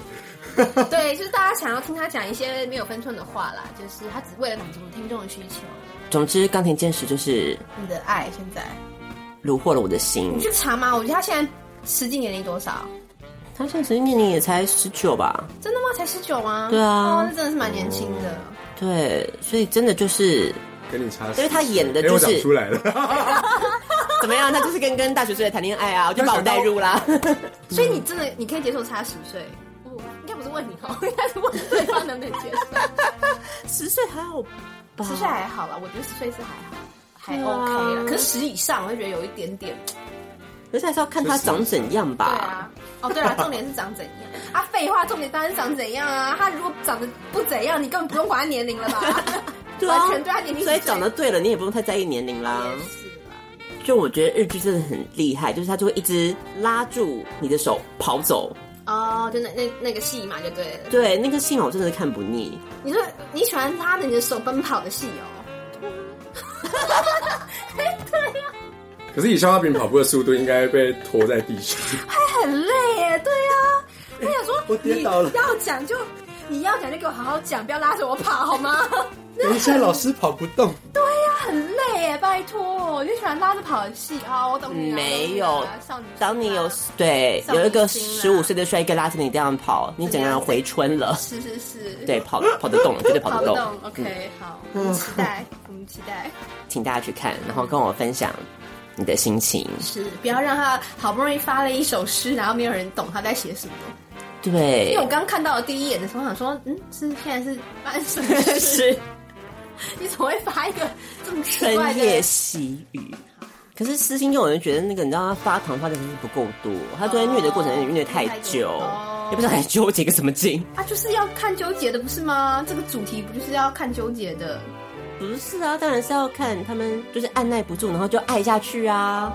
Speaker 2: 对，就是大家想要听他讲一些没有分寸的话啦，就是他只是为了满足听众的需求。
Speaker 5: 总之，冈田健史就是
Speaker 2: 你的爱现在，
Speaker 5: 虏获了我的心
Speaker 2: 你。去查吗？我觉得他现在实际年龄多少？
Speaker 5: 他现在实际年龄也才十九吧？
Speaker 2: 真的吗？才十九吗？
Speaker 5: 对啊
Speaker 2: 哦，那真的是蛮年轻的。
Speaker 5: 对，所以真的就是
Speaker 6: 跟你差十
Speaker 5: 因
Speaker 6: 岁。
Speaker 5: 为他演的
Speaker 6: 哎
Speaker 5: 就
Speaker 6: 我
Speaker 5: 是
Speaker 6: 讲出来了，
Speaker 5: 怎么样？他就是跟跟大学生在谈恋爱啊，我就把我带入啦。
Speaker 2: 所以你真的你可以接受差十岁？不，应该不是问你哦， 应该是问对方能不能接受。
Speaker 5: 十岁还好吧？
Speaker 2: 十岁还好啦，我觉得十岁是还好，还
Speaker 5: 对啊
Speaker 2: OK 啦。可是十以上，我会觉得有一点点。
Speaker 5: 可是还是要看他长怎样吧。
Speaker 2: 对啊，哦对啊，重点是长 怎样啊？废话，重点当然是长怎样啊！他如果长得不怎样，你根本不用管他年龄了吧？
Speaker 5: 对啊
Speaker 2: 完全对他年龄，
Speaker 5: 所以长得对了，你也不用太在意年龄啦。
Speaker 2: 也是啦。
Speaker 5: 就我觉得日剧真的很厉害，就是他就会一直拉住你的手跑走。
Speaker 2: 哦，就那那那个戏嘛，就对了。
Speaker 5: 对，那个戏码我真的是看不腻。
Speaker 2: 你说你喜欢他的你的手奔跑的戏哦？
Speaker 6: 可是以消化饼跑步的速度应该被拖在地 上，
Speaker 2: 很累耶，对啊。他想说，
Speaker 6: 我跌倒了
Speaker 2: 你要讲就你要讲就给我好好讲，不要拉着我跑好吗？
Speaker 6: 等一下老师跑不动，
Speaker 2: 很累耶，拜托，我就喜欢拉着跑的戏啊、我懂你啊、
Speaker 5: 没
Speaker 2: 我
Speaker 5: 有
Speaker 2: 懂你啊少女心啊，
Speaker 5: 当你有对
Speaker 2: 少女
Speaker 5: 有一个十
Speaker 2: 心啦
Speaker 5: 五岁的帅哥拉着你这样跑，你整个人回春了。
Speaker 2: 是是是，
Speaker 5: 对，跑跑得动，绝对跑
Speaker 2: 跑
Speaker 5: 得
Speaker 2: 不
Speaker 5: 动。嗯
Speaker 2: 动，OK，好，我们期 待，我们期待，
Speaker 5: 请大家去看，然后跟我分享你的心情。
Speaker 2: 是不要让他好不容易发了一首诗，然后没有人懂他在写什么。因
Speaker 5: 对
Speaker 2: 为，我刚看到的第一眼的时候，我想说，嗯，是现在是发生什么 事？
Speaker 5: 是
Speaker 2: 你怎么会发一个这么奇怪
Speaker 5: 深夜
Speaker 2: 的？
Speaker 5: 细雨。可是私心中有人觉得那个，你知道他发糖发的真是不够多，他昨天虐的过程有点虐太久，
Speaker 2: 哦
Speaker 5: 也不知道还纠结个什么劲。
Speaker 2: 啊，就是要看纠结的，不是吗？这个主题不就是要看纠结的？
Speaker 5: 不是啊，当然是要看他们就是按耐不住，然后就爱下去啊。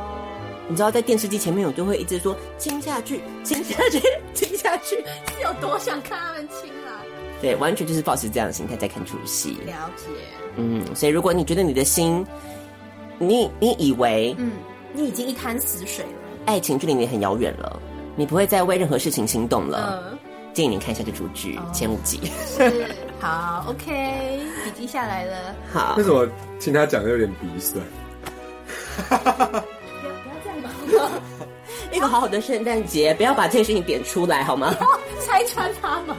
Speaker 5: 你知道在电视机前面，我就会一直说亲下去， 亲下去，亲下去。
Speaker 2: 是有多想看他们亲啊？
Speaker 5: 对，完全就是保持这样的心态在看出戏。
Speaker 2: 了解，
Speaker 5: 嗯，所以如果你觉得你的心，你你以为
Speaker 2: 嗯，你已经一滩死水了，
Speaker 5: 爱情距离你很遥远了，你不会再为任何事情心动了，
Speaker 2: 嗯，
Speaker 5: 建议你看一下这出剧前五集。
Speaker 2: 是好，OK，笔记下来了，
Speaker 5: 好
Speaker 6: 为，什么听他讲有点鼻酸？
Speaker 2: 不要不要这 样嘛，
Speaker 5: 一个好好的圣诞节，不要把这些事情点出来好吗？
Speaker 2: 哦拆穿他嘛。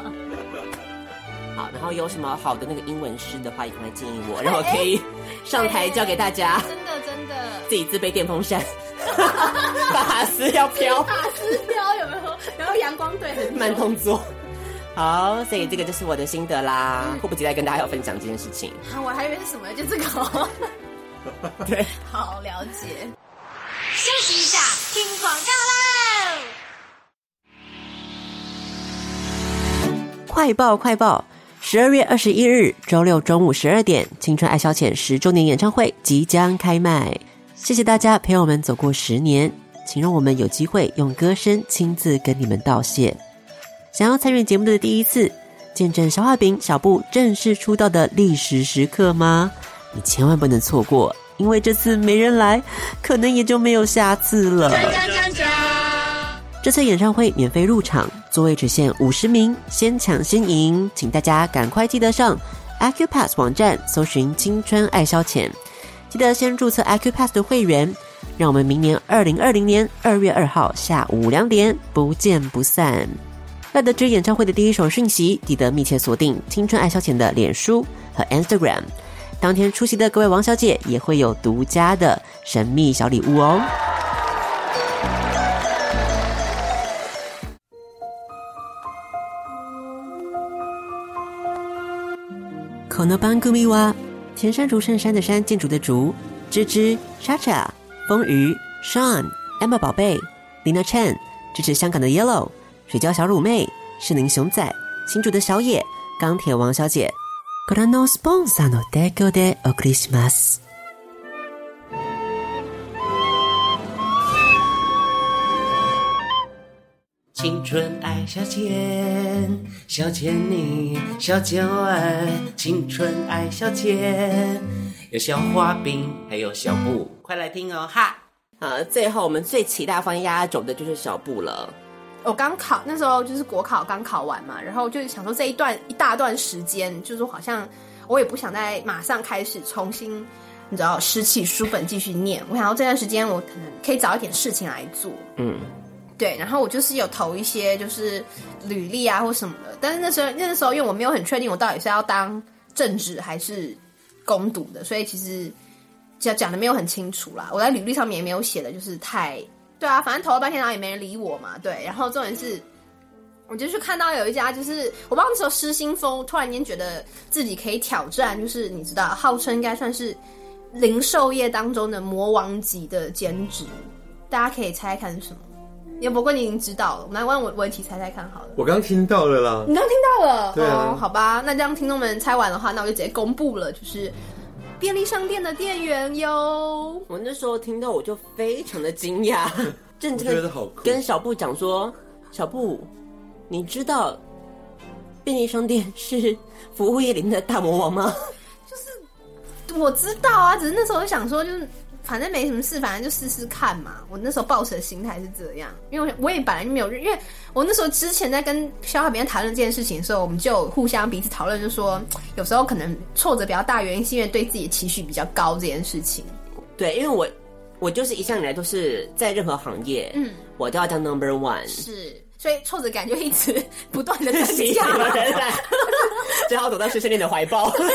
Speaker 5: 好，然后有什么好的那个英文诗的话，也赶快建议我，让我可以上台教给大家。
Speaker 2: 真的真的，
Speaker 5: 自己自备电风扇，发丝要飘，
Speaker 2: 大师飘有没有？然后阳光队 很
Speaker 5: 慢动作。好，所以这个就是我的心得啦，迫不及待跟大家要分享这件事情。
Speaker 2: 啊，我还以为是什么，就 这个、哦。
Speaker 5: 对，
Speaker 2: 好了解。
Speaker 5: 快报快报！十二月二十一日周六中午十二点，青春爱消遣十周年演唱会即将开卖。谢谢大家陪我们走过十年，请让我们有机会用歌声亲自跟你们道谢。想要参与节目的第一次，见证小画饼小布正式出道的历史时刻吗？你千万不能错过，因为这次没人来，可能也就没有下次了。这次演唱会免费入场，座位只限五十名，先抢先赢，请大家赶快记得上 Acupass 网站搜寻“青春爱消遣”，记得先注册 Acupass 的会员。让我们明年二零二零年二月二号下午两点不见不散。赖得知演唱会的第一手讯息，记得密切锁定“青春爱消遣”的脸书和 Instagram。当天出席的各位王小姐也会有独家的神秘小礼物哦。この番組は前山竹圣山的山建筑的竹芝芝、莎莎、风鱼、Sean、Emma 宝贝、Lina Chen 支持香港的 Yellow、水饺小乳妹、士林熊仔、新竹的小野、钢铁王小姐。ご覧のスポンサーの提供でお送りします。
Speaker 9: 青春爱消遣，消遣你，消遣我，青春爱消遣，有小花饼，还有小布，快来听哦哈！
Speaker 5: 啊，最后我们最期待放压轴的就是小布了。
Speaker 2: 我哦刚考那时候就是国考刚考完嘛，然后就是想说这一段一大段时间，就是好像我也不想再马上开始重新，你知道拾起书本继续念。我想要这段时间我可能可以找一点事情来做，
Speaker 5: 嗯，
Speaker 2: 对。然后我就是有投一些就是履历啊或什么的，但是那时候那时候因为我没有很确定我到底是要当正职还是攻读的，所以其实讲讲的没有很清楚啦。我在履历上面也没有写的，就是太对啊，反正投了半天，然后也没人理我嘛。对，然后重点是，我就去看到有一家，就是我不知道那时候失心疯，突然间觉得自己可以挑战，就是你知道，号称应该算是零售业当中的魔王级的兼职，大家可以猜猜看是什么？也不过你已经知道了，我们来问文文琪猜猜看好了。
Speaker 6: 我刚听到了啦，
Speaker 2: 你刚听到了，
Speaker 6: 对啊
Speaker 2: 哦，好吧，那这样听众们猜完的话，那我就直接公布了，就是便利商店的店员哟。
Speaker 5: 我那时候听到我就非常的惊讶，认真
Speaker 6: 我觉得
Speaker 5: 的
Speaker 6: 好酷
Speaker 5: 跟小布讲说：“小布，你知道便利商店是服务业里面的大魔王吗？
Speaker 2: 我知道啊，只是那时候就想说，就是反正没什么事，反正就试试看嘛。我那时候抱持的心态是这样，因为我也本来就没有，因为我那时候之前在跟小海别人讨论这件事情的时候，我们就有互相彼此讨论，就说有时候可能挫折比较大，原因是因为对自己的期许比较高这件事情。
Speaker 5: 对，因为我我就是一向以来都是在任何行业，
Speaker 2: 嗯，
Speaker 5: 我都要当 number one，
Speaker 2: 是，所以挫折感就一直不断 的增
Speaker 5: 吸引
Speaker 2: 加。
Speaker 5: 了人来， 只好躲到师生恋的怀抱。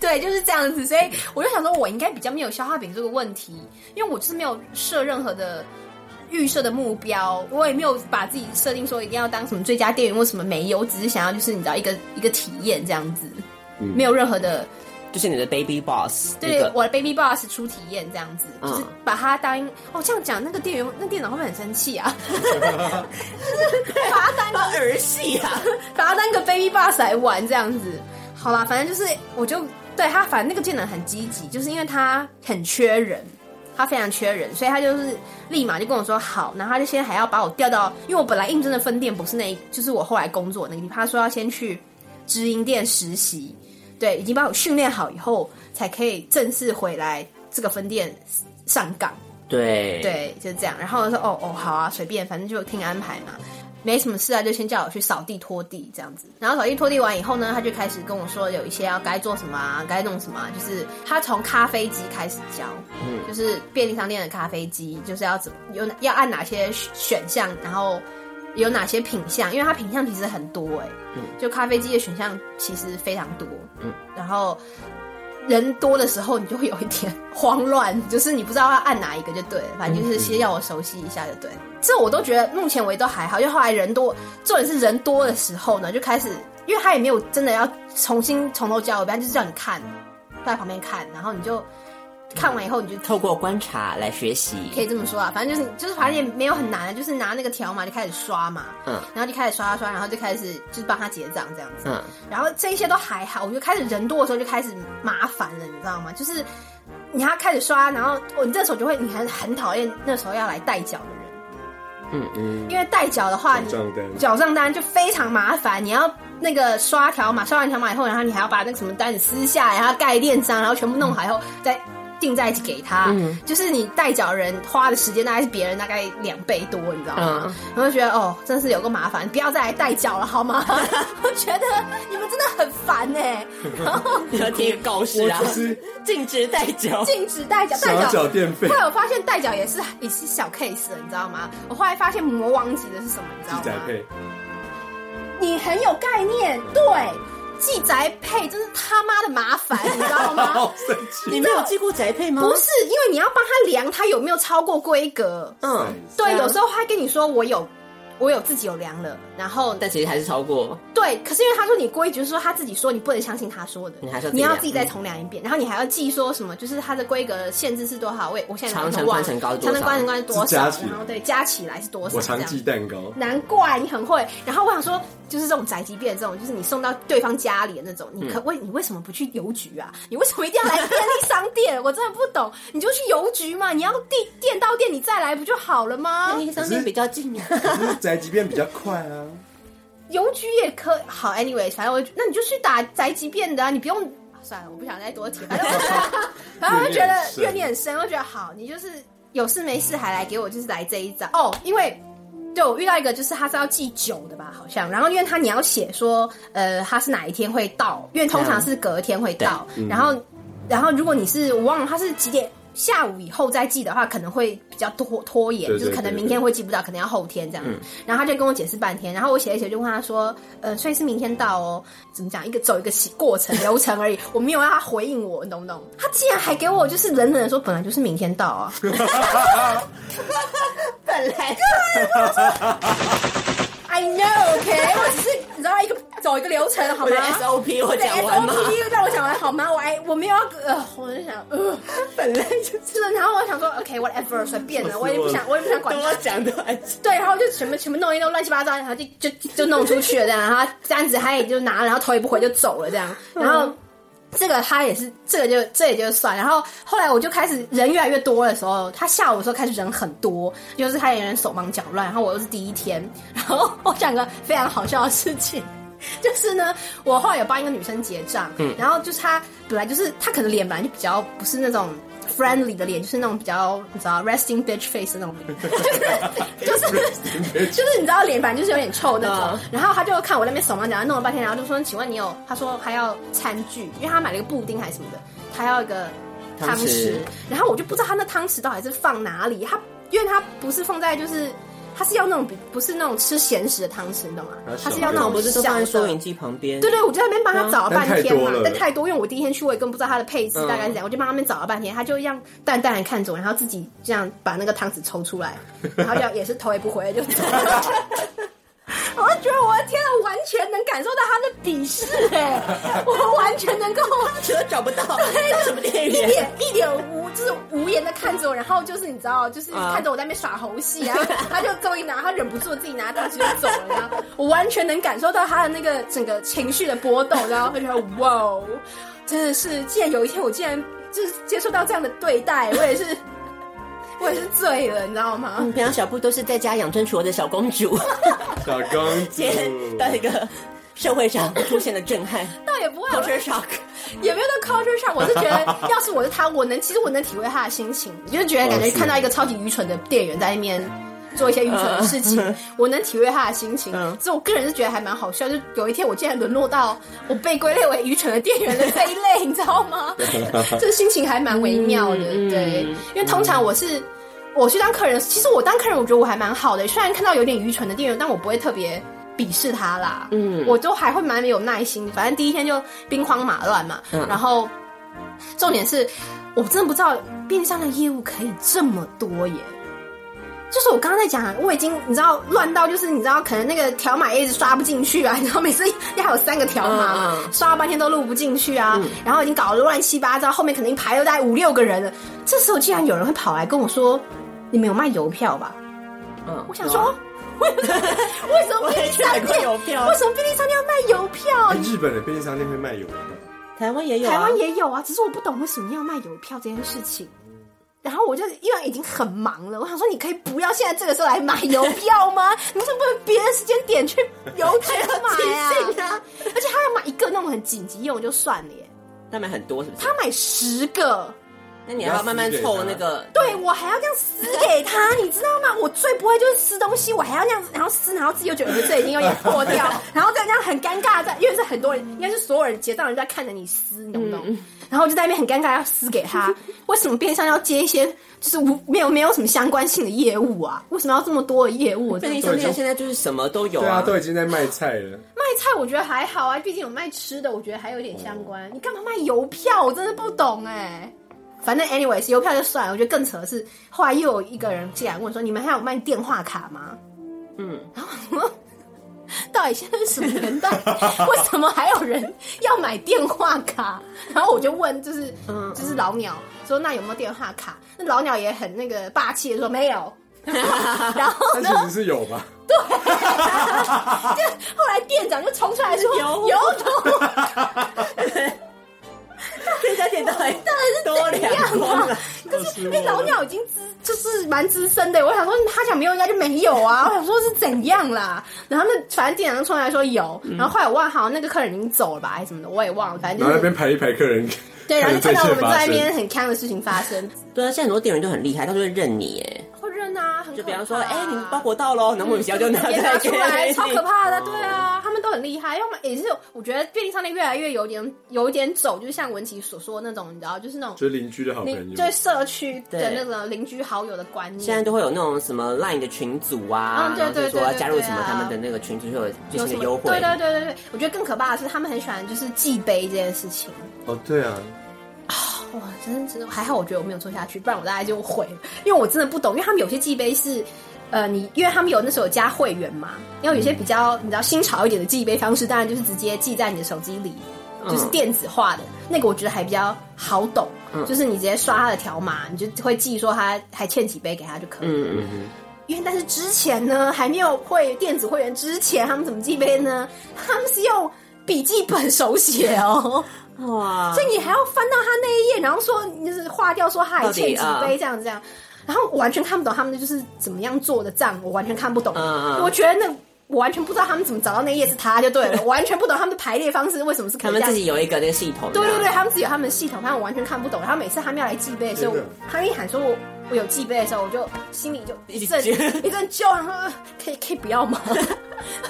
Speaker 2: 对，就是这样子，所以我就想说，我应该比较没有消化饼这个问题，因为我就是没有设任何的预设的目标，我也没有把自己设定说一定要当什么最佳店员或什么没有，我只是想要就是你知道一个一个体验这样子，没有任何的
Speaker 5: 就是你的 baby boss 那
Speaker 2: 对
Speaker 5: 嗯个，
Speaker 2: 我的 baby boss 初体验这样子，
Speaker 5: 嗯
Speaker 2: 就是把它当哦这样讲，那个店员那店长会不会很生气啊？就是把它当
Speaker 5: 啊儿戏啊，
Speaker 2: 把它当个 baby boss 来玩这样子。好啦，反正就是我就对他，反正那个技能很积极，就是因为他很缺人，他非常缺人，所以他就是立马就跟我说好，然后他就先还要把我调到，因为我本来应征的分店不是那一，就是我后来工作的那个地方，他说要先去直营店实习，对，已经把我训练好以后，才可以正式回来这个分店上岗。
Speaker 5: 对，
Speaker 2: 对，就这样。然后我就说哦哦好啊，随便，反正就听安排嘛，没什么事啊，就先叫我去扫地拖地这样子。然后扫地拖地完以后呢，他就开始跟我说有一些要该做什么啊，该弄什么、啊，就是他从咖啡机开始教，就是便利商店的咖啡机，就是要怎么有哪要按哪些选项，然后。有哪些品相？因为它品相其实很多哎、就咖啡机的选项其实非常多，嗯，然后人多的时候，你就会有一点慌乱， 就是你不知道要按哪一个就对了，反正就是先要我熟悉一下就对。这我都觉得目前为止都还好，因为后来人多，重点是人多的时候呢，就开始，因为他也没有真的要重新从头教我，反正就是叫你看，坐在旁边看，然后你就看完以后你就
Speaker 5: 透过观察来学习，
Speaker 2: 可以这么说啊，反正就是就是反正也没有很难的，就是拿那个条码就开始刷嘛，
Speaker 5: 嗯
Speaker 2: 然后就开始刷刷刷，然后就开始就是帮他结账这样子，
Speaker 5: 嗯
Speaker 2: 然后这一些都还好，我就开始人多的时候就开始麻烦了，你知道吗？就是你还要开始刷，然后哦我你这时候就会你很很讨厌那时候要来代缴的人，
Speaker 5: 嗯嗯，
Speaker 2: 因为代缴的话，你
Speaker 6: 转账单
Speaker 2: 缴账单就非常麻烦，你要那个刷条码，刷完条码以后，然后你还要把那个什么单子撕下来，然后盖印章，然后全部弄好以后再订在一起给他。
Speaker 6: 嗯
Speaker 2: 就是你代缴人花的时间大概是别人大概两倍多，你知道吗？
Speaker 5: 嗯
Speaker 2: 然后就觉得哦，真是有个麻烦，不要再来代缴了好吗？我觉得你们真的很烦哎、然后
Speaker 5: 你要贴个告示啊
Speaker 6: 我就，是
Speaker 5: 禁止代缴，
Speaker 2: 禁止代缴，
Speaker 6: 想
Speaker 2: 代
Speaker 6: 要
Speaker 2: 缴
Speaker 6: 缴电费
Speaker 2: 后，来我发现代缴也是也是小 case 了，你知道吗？我后来发现魔王级的是什么，你知道
Speaker 6: 记
Speaker 2: 吗？
Speaker 6: 载配，
Speaker 2: 你很有概念，对，寄宅配真是他妈的麻烦，你知道 吗
Speaker 5: 哦
Speaker 6: 好？生气。
Speaker 5: 你没有寄过宅配吗？
Speaker 2: 不是，因为你要帮他量他有没有超过规格。
Speaker 5: 嗯，
Speaker 2: 对，有时候他还跟你说我有，我有自己有量了，然后
Speaker 5: 但其实还是超过，
Speaker 2: 对，可是因为他说你规矩是说他自己说，你不能相信他说的，
Speaker 5: 你还是要自己
Speaker 2: 你要
Speaker 5: 量嗯
Speaker 2: 自己再重量一遍，然后你还要记说什么，就是它的规格限制是多少，我也我现在
Speaker 5: 长
Speaker 2: 很
Speaker 5: 城
Speaker 2: 忘了
Speaker 5: 宽城高是多
Speaker 2: 长城
Speaker 5: 少
Speaker 2: 宽城高是多
Speaker 6: 是
Speaker 2: 少
Speaker 6: 加，起来
Speaker 2: 然后对加起来是多少，
Speaker 6: 我
Speaker 2: 这
Speaker 6: 常
Speaker 2: 样
Speaker 6: 寄蛋糕，
Speaker 2: 难怪你很会。然后我想说，就是这种宅急便这种，就是你送到对方家里的那种，你可为、你为什么不去邮局啊？ 你为什么一定要来便利商店？我真的不懂，你就去邮局嘛，你要地店到店你再来不就好了吗？
Speaker 5: 便利商店比较近啊。
Speaker 6: 可是宅急便比较快啊。
Speaker 2: 邮局也可好，anyway，反正我那你就去打宅急便的啊，你不用。算了，我不想再多提。 反正我觉得，反正我就觉得怨念很深，我觉得好，你就是有事没事还来给我，就是来这一招哦。因为对我遇到一个，就是他是要寄酒的吧，好像。然后因为他你要写说，呃，他是哪一天会到，因为通常是隔天会到。然后，然后如果你是我忘了他是几点。下午以后再寄的话，可能会比较拖拖延，
Speaker 6: 对对嗯
Speaker 2: 就是可能明天会寄不到，可能要后天这样。然后他就跟我解释半天，然后我写一写就问他说，呃，所以是明天到哦，怎么讲？一个走一个起过程流程而已，我没有让他回应我，你懂不懂？他竟然还给我就是冷冷的说，本来就是明天到 啊，本来就是。I know, OK，我 只是你知道一个走一个流程好
Speaker 5: 我的
Speaker 2: 吗？
Speaker 5: SOP 我
Speaker 2: 对
Speaker 5: 讲完吗？
Speaker 2: SOP 又让我讲完好吗？我还我没有要呃，我就想呃，本来就是，然后我想说 OK whatever 随便了，我也不想我也不想管
Speaker 5: 等
Speaker 2: 他
Speaker 5: 我。讲的完，
Speaker 2: 对，然后就全部全部弄一弄乱七八糟，然后就就就就弄出去了这样，然后单子他也就拿了，然后头也不回就走了这样，然后。这个他也是，这个就这也就算。然后后来我就开始人越来越多的时候，他下午的时候开始人很多，就是他也人手忙脚乱。然后我又是第一天，然后我讲个非常好笑的事情， 就是呢，我后来有帮一个女生结账，然后就是她本来就是她可能脸本来就比较不是那种 friendly 的脸，就是那种比较你知道 resting bitch face 的那种脸，就是就是就是你知道脸本来就是有点臭那种
Speaker 5: 嗯。
Speaker 2: 然后她就看我那边手忙脚乱弄了半天，然后就说：“请问你有？”她说还要餐具，因为她买了一个布丁还是什么的，她要一个
Speaker 5: 汤
Speaker 2: 汤
Speaker 5: 匙
Speaker 2: 匙。然后我就不知道她那汤匙到底是放哪里，她因为她不是放在就是。她是要那种比不是那种吃咸食的汤匙，你懂吗
Speaker 6: 她？
Speaker 2: 她是
Speaker 6: 小
Speaker 2: 要
Speaker 6: 的
Speaker 2: 那种
Speaker 6: 我
Speaker 5: 不是都放在
Speaker 2: 小
Speaker 5: 收
Speaker 2: 的
Speaker 5: 银机旁边？
Speaker 2: 对对，我就在那边帮他找了半天嘛，
Speaker 6: 但太多了嗯
Speaker 2: 但太多，因为我第一天去，我也更不知道它的配置大概是怎样，我就帮他们找了半天，他就一样淡淡的看着我，然后自己这样把那个汤匙 抽出来，然后就也是头也不回的就走了。我就觉得我的天啊，完全能感受到他的鄙视、哎，我完全能够
Speaker 5: 车找不到，
Speaker 2: 对，
Speaker 5: 什么电
Speaker 2: 一
Speaker 5: 源？
Speaker 2: 脸一脸无就是无言的看着我，然后就是你知道，就是
Speaker 5: 啊
Speaker 2: 看着我在那边耍猴戏啊，他就终于拿，他忍不住自己拿大旗就走了，然后我完全能感受到他的那个整个情绪的波动，然后我就觉得哇哦，真的是，既然有一天我竟然就是接受到这样的对待，我也是。 我也是醉了，你知道吗？
Speaker 5: 嗯，平常小布都是在家养尊处优的小公主，
Speaker 6: 小公主
Speaker 5: 今天到一个社会上出现了震撼
Speaker 2: 倒也不会，啊我
Speaker 5: culture shock。
Speaker 2: 也没有到 culture shock，我是觉得，要是我是他，我能其实我能体会他的心情，就是觉得感觉看到一个超级愚蠢的店员在那边做一些愚蠢的事情，我能体会他的心情
Speaker 5: 嗯。
Speaker 2: 所以我个人是觉得还蛮好笑，就有一天我竟然沦落到我被归类为愚蠢的店员的这一类，你知道吗？ 这心情还蛮微妙的，
Speaker 5: 嗯
Speaker 2: 对，因为通常我是。我去当客人，其实我当客人，我觉得我还蛮好的。虽然看到有点愚蠢的店员，但我不会特别鄙视他啦。
Speaker 5: 嗯
Speaker 2: 我都还会蛮有耐心。反正第一天就兵荒马乱嘛，
Speaker 5: 嗯
Speaker 2: 然后重点是我真的不知道便利商的业务可以这么多耶。就是我刚刚在讲，我已经你知道乱到就是你知道可能那个条码也一直刷不进去啊， 然后每次要有三个条码，
Speaker 5: 嗯嗯
Speaker 2: 刷了半天都录不进去啊，然后已经搞得乱七八糟，后面肯定排了大概五六个人了。这时候竟然有人会跑来跟我说：“你们有卖邮票吧？”
Speaker 5: 嗯
Speaker 2: 我想说，为什么 为什么便利商店
Speaker 5: 邮票
Speaker 2: 为什么便利商店要卖邮票？
Speaker 6: 哎日本的便利商店会卖邮票，
Speaker 5: 台湾也有、啊，
Speaker 2: 台湾也有啊，只是我不懂为什么要卖邮票这件事情。然后我就因为已经很忙了，我想说你可以不要现在这个时候来买邮票吗？你为什么不能别的时间点去邮局买啊？而且他要买一个那种很紧急用就算了耶，
Speaker 5: 他买很多，是不是？
Speaker 2: 他买十个，
Speaker 5: 那你还要慢慢凑那个，
Speaker 2: 对我还要这样撕给他，你知道吗？我最不会就是撕东西，我还要这样子，然后撕，然后自己又觉得呃这已经有点破掉，然后再这样很尴尬，在因为是很多人，应该是所有人结账人都在看着你撕，你懂不懂？然后我就在那边很尴尬要撕给他，为什么边上要接一些就是无没有没有什么相关性的业务啊？为什么要这么多的业务？我真
Speaker 5: 便利
Speaker 2: 的
Speaker 5: 商店现在就是什么都有
Speaker 6: 对啊，
Speaker 5: 啊，
Speaker 6: 都已经在卖菜了。
Speaker 2: 卖菜我觉得还好啊，毕竟有卖吃的，我觉得还有点相关。你干嘛卖邮票？我真的不懂哎、反正 anyways，邮票就算了。我觉得更扯的是，后来又有一个人进来问说：“你们还有卖电话卡吗？”
Speaker 5: 嗯，
Speaker 2: 然后我到底现在是什么 年代？为什么还有人要买电话卡？然后我就问，就是
Speaker 5: 嗯
Speaker 2: 就是老鸟说：“那有没有电话卡？”那老鸟也很那个霸气的说：“没 有。”然后
Speaker 6: 但
Speaker 2: 呢？
Speaker 6: 其实是有吧？
Speaker 2: 后来店长就冲出来说：“
Speaker 5: 有
Speaker 2: 有有。”
Speaker 5: 这家店到底
Speaker 2: 啊到底是怎样啊？可是因为老鸟已经资就是蛮资深的，我想说他讲没有，人家就没有啊。我想说是怎样啦？然后那反正店长就冲来说有，
Speaker 5: 嗯
Speaker 2: 然后后来我忘了，好像那个客人已经走了吧，还是什么的，我也忘了。反正
Speaker 6: 然后
Speaker 2: 就
Speaker 6: 那边
Speaker 2: 是
Speaker 6: 排一排客人，
Speaker 2: 对，然后就
Speaker 6: 这
Speaker 2: 看到我
Speaker 6: 切
Speaker 2: 们
Speaker 6: 发
Speaker 2: 在那
Speaker 6: 生。
Speaker 2: 边很坑的事情发生，
Speaker 5: 对啊，现在很多店员都很厉害，他就会认你耶。
Speaker 2: 会扔啊，很
Speaker 5: 就
Speaker 2: 可
Speaker 5: 比
Speaker 2: 怕啊
Speaker 5: 方说，哎、你们包裹到喽，然后莫名 其妙就拿
Speaker 2: 别拿出
Speaker 5: 给
Speaker 2: 来，
Speaker 5: 你，哦
Speaker 2: 超可怕的。对啊，他们都很厉害，要么也是我觉得便利商店越来越有点有一点走，就是像文琪所说的那种，你知道，就是那种。
Speaker 6: 就是邻居的好朋
Speaker 2: 你
Speaker 6: 友，
Speaker 2: 对社区的
Speaker 5: 对
Speaker 2: 那种邻居好友的观念，
Speaker 5: 现在都会有那种什么 LINE 的群组啊，
Speaker 2: 嗯对
Speaker 5: 然后就
Speaker 2: 对
Speaker 5: 说
Speaker 2: 对
Speaker 5: 要
Speaker 2: 对
Speaker 5: 加入
Speaker 2: 对
Speaker 5: 什么
Speaker 2: 啊
Speaker 5: 他们的那个群组，就有最
Speaker 2: 有
Speaker 5: 新
Speaker 2: 什
Speaker 5: 的
Speaker 2: 么
Speaker 5: 优惠。
Speaker 2: 对对对对对，我觉得更可怕的是，他们很喜欢就是记杯这件事情。
Speaker 6: 哦，对啊，
Speaker 2: 哇，真的真的还好，我觉得我没有做下去，不然我大概就毁了，因为我真的不懂，因为他们有些记杯是。呃，你因为他们有那时候有加会员嘛，然后
Speaker 5: 嗯
Speaker 2: 有些比较你知道新潮一点的记杯方式，当然就是直接记在你的手机里，就是
Speaker 5: 嗯
Speaker 2: 电子化的、那个，我觉得还比较好懂，就是你直接刷他的条码，你就会记说他还欠几杯给他就可以了。
Speaker 5: 嗯嗯嗯，
Speaker 2: 因为但是之前呢，还没有会电子会员之前，他们怎么记杯呢？他们是用笔记本手写哦，
Speaker 5: 哇
Speaker 2: 所以你还要翻到他那一页，然后说就是划掉说他还欠几
Speaker 5: 到底啊
Speaker 2: 杯这样这样，然后我完全看不懂他们就是怎么样做的账，我完全看不懂。
Speaker 5: 嗯嗯
Speaker 2: 我觉得那我完全不知道他们怎么找到那一页是他就对 了，我完全不懂他们的排列方式为什么是可
Speaker 5: 他
Speaker 2: 以这
Speaker 5: 们
Speaker 2: 样
Speaker 5: 自己嗯有一个那个系统。
Speaker 2: 对对对，，他们自己有他们的系统，反正我完全看不懂。然后每次他们要来寄杯的时候
Speaker 6: 真的，
Speaker 2: 他们一喊说我我有寄杯的时候，我就心里就一阵
Speaker 5: 一阵
Speaker 2: 一阵揪，然后呃可以可以不要吗？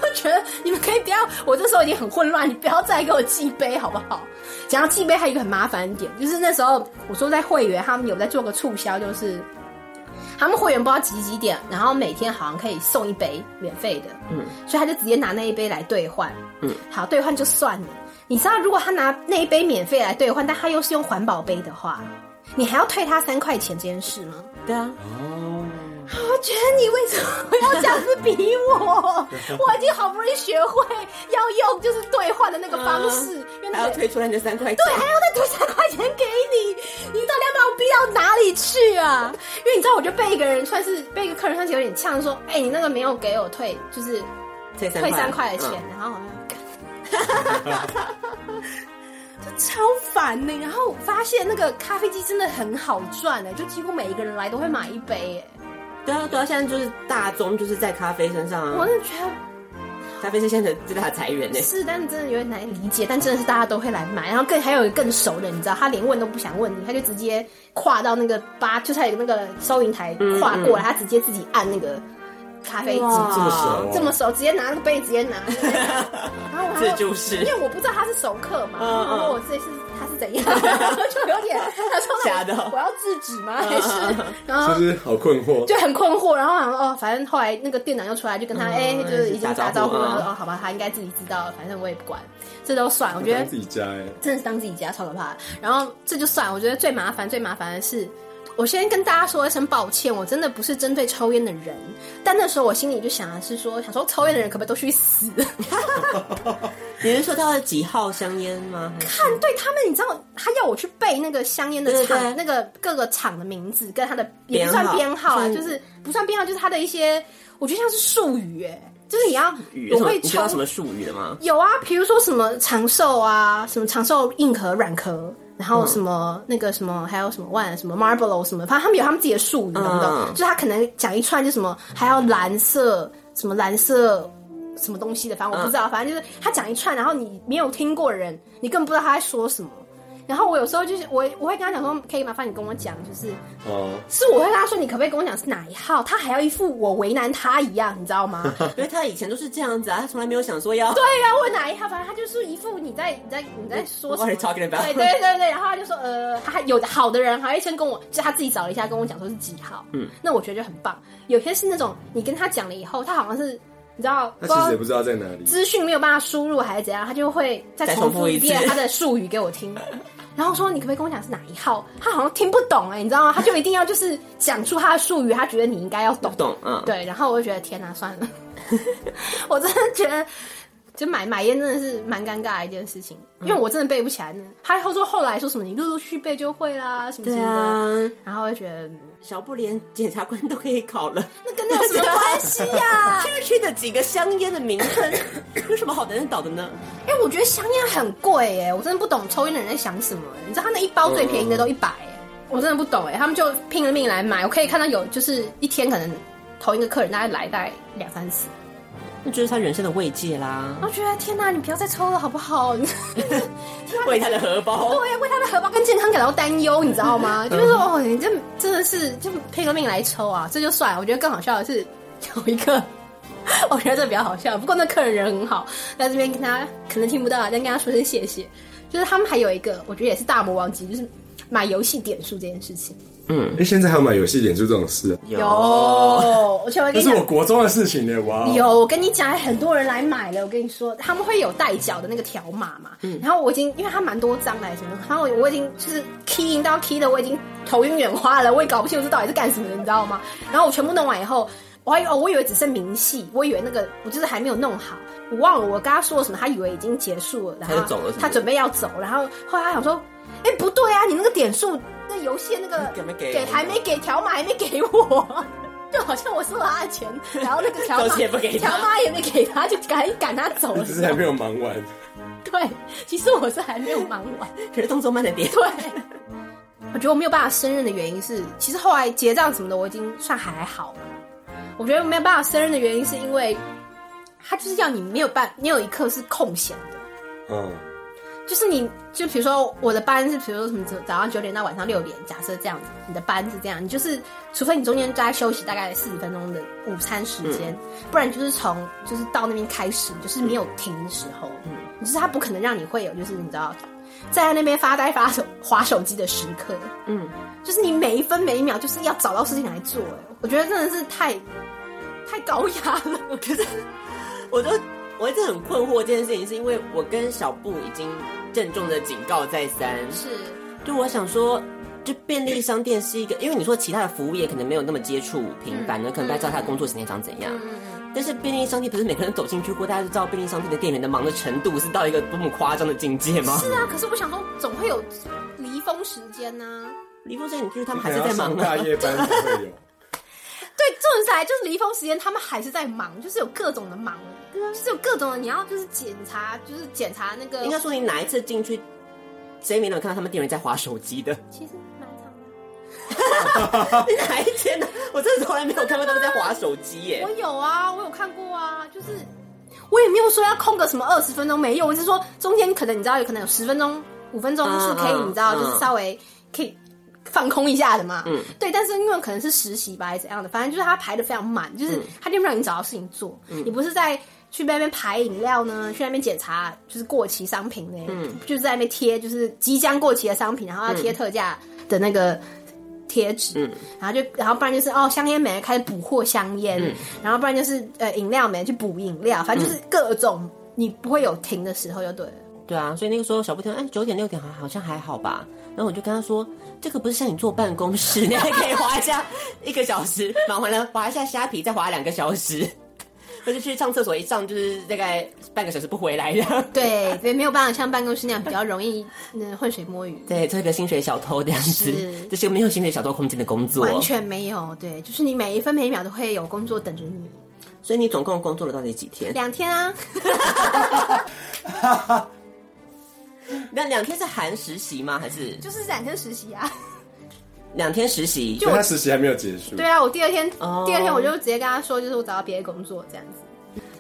Speaker 2: 我觉得你们可以不要，我这时候已经很混乱，你不要再给我寄杯好不好？讲到寄杯，还有一个很麻烦的点，就是那时候我说在会员他们有在做个促销，就是。他们会员不知道几几点，然后每天好像可以送一杯免费的，嗯，所以他就直接拿那一杯来兑换，嗯，好兑换就算了。你知道，如果他拿那一杯免费来兑换，但他又是用环保杯的话，你还要退他三块钱这件事吗？
Speaker 5: 对啊，
Speaker 6: 哦，
Speaker 2: 我觉得你为什么要这样子逼我？我已经好不容易学会要用就是兑换的那个方式，原
Speaker 10: 还
Speaker 2: 来
Speaker 10: 要推出来你的三块钱，
Speaker 2: 对，还要再退三块钱给你，你到底要把我逼到哪里去啊？因为你知道，我就被一个人算是被一个客人算是有点呛，说：“哎、你那个没有给我退，就是
Speaker 10: 退三
Speaker 2: 退三块的钱。
Speaker 5: 嗯
Speaker 2: 然后我就干， 就超烦呢、然后我发现那个咖啡机真的很好赚呢、就几乎每一个人来都会买一杯耶、
Speaker 10: 对啊对啊，现在就是大宗就是在咖啡身
Speaker 5: 嗯
Speaker 10: 上
Speaker 2: 我
Speaker 10: 啊，
Speaker 2: 真的觉得
Speaker 10: 咖啡是现在的最大的财源呢。
Speaker 2: 是，但是真的有点难以理解，但真的是大家都会来买。然后更还有一个更熟的，你知道，他连问都不想问你，他就直接跨到那个吧，就是他有那个收银台
Speaker 10: 嗯
Speaker 2: 跨过来，他直接自己按那个咖啡机。
Speaker 10: 哇
Speaker 6: 这么熟，
Speaker 2: 啊
Speaker 6: 啊
Speaker 2: 这么熟，直接拿那个杯，直 接拿。然后我还
Speaker 10: 哦这就是
Speaker 2: 因为我不知道他是熟客嘛，
Speaker 10: 嗯嗯
Speaker 2: 然后我这次他是怎样， 就有点他说
Speaker 10: 假的
Speaker 2: 我要制止吗？
Speaker 10: 嗯
Speaker 2: 还是然后
Speaker 6: 就是好困惑。
Speaker 2: 啊就很困惑，然后想说哦，反正后来那个店长又出来，就跟他哎、就是已经打招呼了，
Speaker 10: 打招呼
Speaker 2: 说哦，好吧，他应该自己知道，反正我也不管，这都算，我觉得
Speaker 6: 自己家哎，
Speaker 2: 真的是当自己家超可怕的。然后这就算，我觉得最麻烦最麻烦的是，我先跟大家说一声抱歉，我真的不是针对抽烟的人，但那时候我心里就想的是说，想说抽烟的人可不可以都去死？
Speaker 10: 你是说他的几号香烟吗？
Speaker 2: 看对他们，你知道他要我去背那个香烟的
Speaker 10: 对对
Speaker 2: 厂，
Speaker 10: 对
Speaker 2: 那个各个厂的名字跟他的也不算编
Speaker 10: 编
Speaker 2: 号
Speaker 10: 号
Speaker 2: 啊，
Speaker 10: 算
Speaker 2: 就是不算编号，就是他的一些，我觉得像是术语哎、就是你要
Speaker 10: 语
Speaker 2: 我会
Speaker 10: 你知道
Speaker 2: 抽
Speaker 10: 什么术语的吗？
Speaker 2: 有啊，比如说什么长寿啊，什么长寿硬壳、软壳，然后什么、那个什么，还有什么万什么 marble 什么，反正他们有他们自己的术语，懂不懂？
Speaker 10: 嗯
Speaker 2: 就是他可能讲一串，就什么还要蓝色什么蓝色什么东西的，反正我不知道，反正就是他讲一串，然后你没有听过的人，你更不知道他在说什么。然后我有时候就是我我会跟他讲说，可以麻烦你跟我讲，就是
Speaker 6: 哦，
Speaker 2: 是我会跟他说，你可不可以跟我讲是哪一号？他还要一副我为难他一样，你知道吗？
Speaker 10: 因为他以前都是这样子啊，他从来没有想说要。
Speaker 2: 对哎呀、我哪一号？反正他就是一副你在你在你在说什么
Speaker 10: What are you talking about？
Speaker 2: 对对对对，然后他就说呃，他还有的好的人还会先跟我，就他自己找了一下跟我讲说是几号，嗯，那我觉得就很棒。有些是那种你跟他讲了以后，他好像是你知道，不
Speaker 6: 他
Speaker 2: 知
Speaker 6: 其
Speaker 2: 道
Speaker 6: 实也不知道在哪里。
Speaker 2: 资讯没有办法输入还是怎样，他就会再
Speaker 10: 再
Speaker 2: 重
Speaker 10: 重
Speaker 2: 复
Speaker 10: 复
Speaker 2: 一
Speaker 10: 一次
Speaker 2: 遍他的术语给我听。然后说你可不可以跟我讲是哪一号？他好像听不懂哎、你知道吗？他就一定要就是讲出他的术语，他觉得你应该要懂。
Speaker 10: 懂，嗯，
Speaker 2: 对，然后我就觉得天哪、算了， 我真的觉得。就买买烟真的是蛮尴尬的一件事情，因为我真的背不起来呢。他后说后来说什么你陆陆续续背就会啦，什么
Speaker 10: 对
Speaker 2: 什么的，
Speaker 10: 啊，
Speaker 2: 然后我就觉得嗯
Speaker 10: 小布连检察官都可以考了，
Speaker 2: 那跟那有什么关系啊呀、
Speaker 10: 区区的几个香烟的名称，有什么好难得倒的呢？
Speaker 2: 哎、我觉得香烟很贵耶，我真的不懂抽烟的人在想什么耶。你知道他那一包最便宜的都一百，我真的不懂哎，他们就拼了命来买。我可以看到有就是一天可能同一个客人大概来大概两三次，
Speaker 10: 那就是他人生的慰藉啦，
Speaker 2: 我觉得天哪，你不要再抽了好不好？
Speaker 10: 为他的荷包。
Speaker 2: 对，为他的荷包跟健康感到担忧，你知道吗？就是说，哦，你这真的是就拼了命来抽啊，这就算了。我觉得更好笑的是有一个， 我觉得这比较好笑。不过那客人人很好，在这边跟他可能听不到啊，但跟他说声谢谢。就是他们还有一个，我觉得也是大魔王级，就是买游戏点数这件事情。
Speaker 6: 哎，现在还有买游戏点数这种事，啊
Speaker 2: 有，而且我还跟
Speaker 6: 这
Speaker 2: 你
Speaker 6: 是我
Speaker 2: 讲。
Speaker 6: 国中的事情呢。哇哦，
Speaker 2: 有，我跟你讲，很多人来买了。我跟你说，他们会有代缴的那个条码嘛。
Speaker 10: 嗯
Speaker 2: 然后我已经，因为它蛮多张来什么，然后我我已经就是 key 到 key 的，我已经头晕眼花了，我也搞不清楚这到底是干什么的，你知道吗？然后我全部弄完以后，我还以为哦，我以为只剩明细，我以为那个我就是还没有弄好，我忘了我跟他说了什么，他以为已经结束了，然后
Speaker 10: 他就走了是不是
Speaker 2: 他准备要走，然后后来他想说，哎，不对啊，你那个点数，那游戏那个
Speaker 10: 给没给我
Speaker 2: 还没给条码还没给我。 就好像我收了他的钱，然后那个条码
Speaker 10: 东西也不给他啊
Speaker 2: 条码也没给他，就赶赶他走 了。
Speaker 6: 只是还没有忙完。
Speaker 2: 对，其实我是还没有忙完。
Speaker 10: 可是动作慢了点，
Speaker 2: 对，我觉得我没有办法胜任的原因是，其实后来结账什么的我已经算还好了。我觉得没有办法胜任的原因是因为，他就是要你没有办，你有一刻是空闲的。
Speaker 6: 嗯，
Speaker 2: 就是你就比如说我的班是，比如说什么早上九点到晚上六点，假设这样子，你的班是这样，你就是除非你中间在休息大概四十分钟的午餐时间，不然就是从就是到那边开始，你就是没有停的时候，嗯，就是他不可能让你会有就是你知道在那边发呆发手划手机的时刻，嗯，就是你每一分每一秒就是要找到事情来做、哎，我觉得真的是太太高压了，可是
Speaker 10: 我都我一直很困惑这件事情，是因为我跟小布已经郑重的警告再三，
Speaker 2: 是
Speaker 10: 就我想说，
Speaker 5: 就便利商店是一个，因为你说其他的服务业可能没有那么接触频
Speaker 2: 嗯
Speaker 5: 繁的，可能大家知道他的工作形态长怎样。但是便利商店不是每个人走进去过，大家就知道便利商店的店员的忙的程度是到一个多么夸张的境界吗？
Speaker 2: 是啊，可是我想说，总会有离峰时间啊呐、
Speaker 5: 离峰这你就是他
Speaker 6: 他
Speaker 5: 们还是在忙
Speaker 6: 大
Speaker 5: 啊。
Speaker 6: 夜班才会 有。
Speaker 2: 对，重点是还就是离峰时间，他们还是在忙，就是有各种的忙，
Speaker 5: 啊
Speaker 2: 就是有各种的，你要就是检查，就是检查那个。
Speaker 5: 应该说你哪一次进去，谁没能看到他们店员在划手机的？
Speaker 2: 其实蛮长的，
Speaker 5: 你哪一天呢？我真的从来没有看过他们在划手机耶
Speaker 2: 我。有啊，我有看过啊，就是我也没有说要空个什么二十分钟，没有，我是说中间可能你知道有可能有十分钟、五分钟
Speaker 5: 嗯
Speaker 2: 是可以，
Speaker 5: 嗯
Speaker 2: 你知道、
Speaker 5: 嗯
Speaker 2: 就是稍微可以。放空一下的嘛，嗯，对，但是因为可能是实习吧，还是怎样的，反正就是他排的非常满，就是他就没有让你找到事情做，你不是在去那边排饮料呢，去那边检查就是过期商品呢，就是在那边贴就是即将过期的商品，然后要贴特价的那个贴纸，然后就然后不然就是哦香烟没开始补货香烟，然后不然就是呃饮料没去补饮料，反正就是各种、你不会有停的时候就对了。
Speaker 5: 对啊，所以那个时候小布听，哎，九点六点好好像还好吧。然后我就跟他说，这个不是像你坐办公室，你还可以划一下一个小时，忙完了划一下虾皮，再划两个小时。我就去上厕所，一上就是大概半个小时不回来的。
Speaker 2: 对，所以没有办法像办公室那样比较容易 嗯浑水摸鱼，
Speaker 5: 对，做一个薪水小偷这样子，
Speaker 2: 是
Speaker 5: 这是个没有薪水小偷空间的工作。
Speaker 2: 完全没有。对，就是你每一分每一秒都会有工作等着你。
Speaker 5: 所以你总共工作了到底几天？
Speaker 2: 两天啊，
Speaker 5: 那两天是含实习吗？还是
Speaker 2: 就是两天实习啊。
Speaker 5: 两天实习？
Speaker 6: 就他实习还没有结束，
Speaker 2: 对啊，我第二天、
Speaker 5: 哦
Speaker 2: 第二天我就直接跟他说，就是我找到别的工作这样子。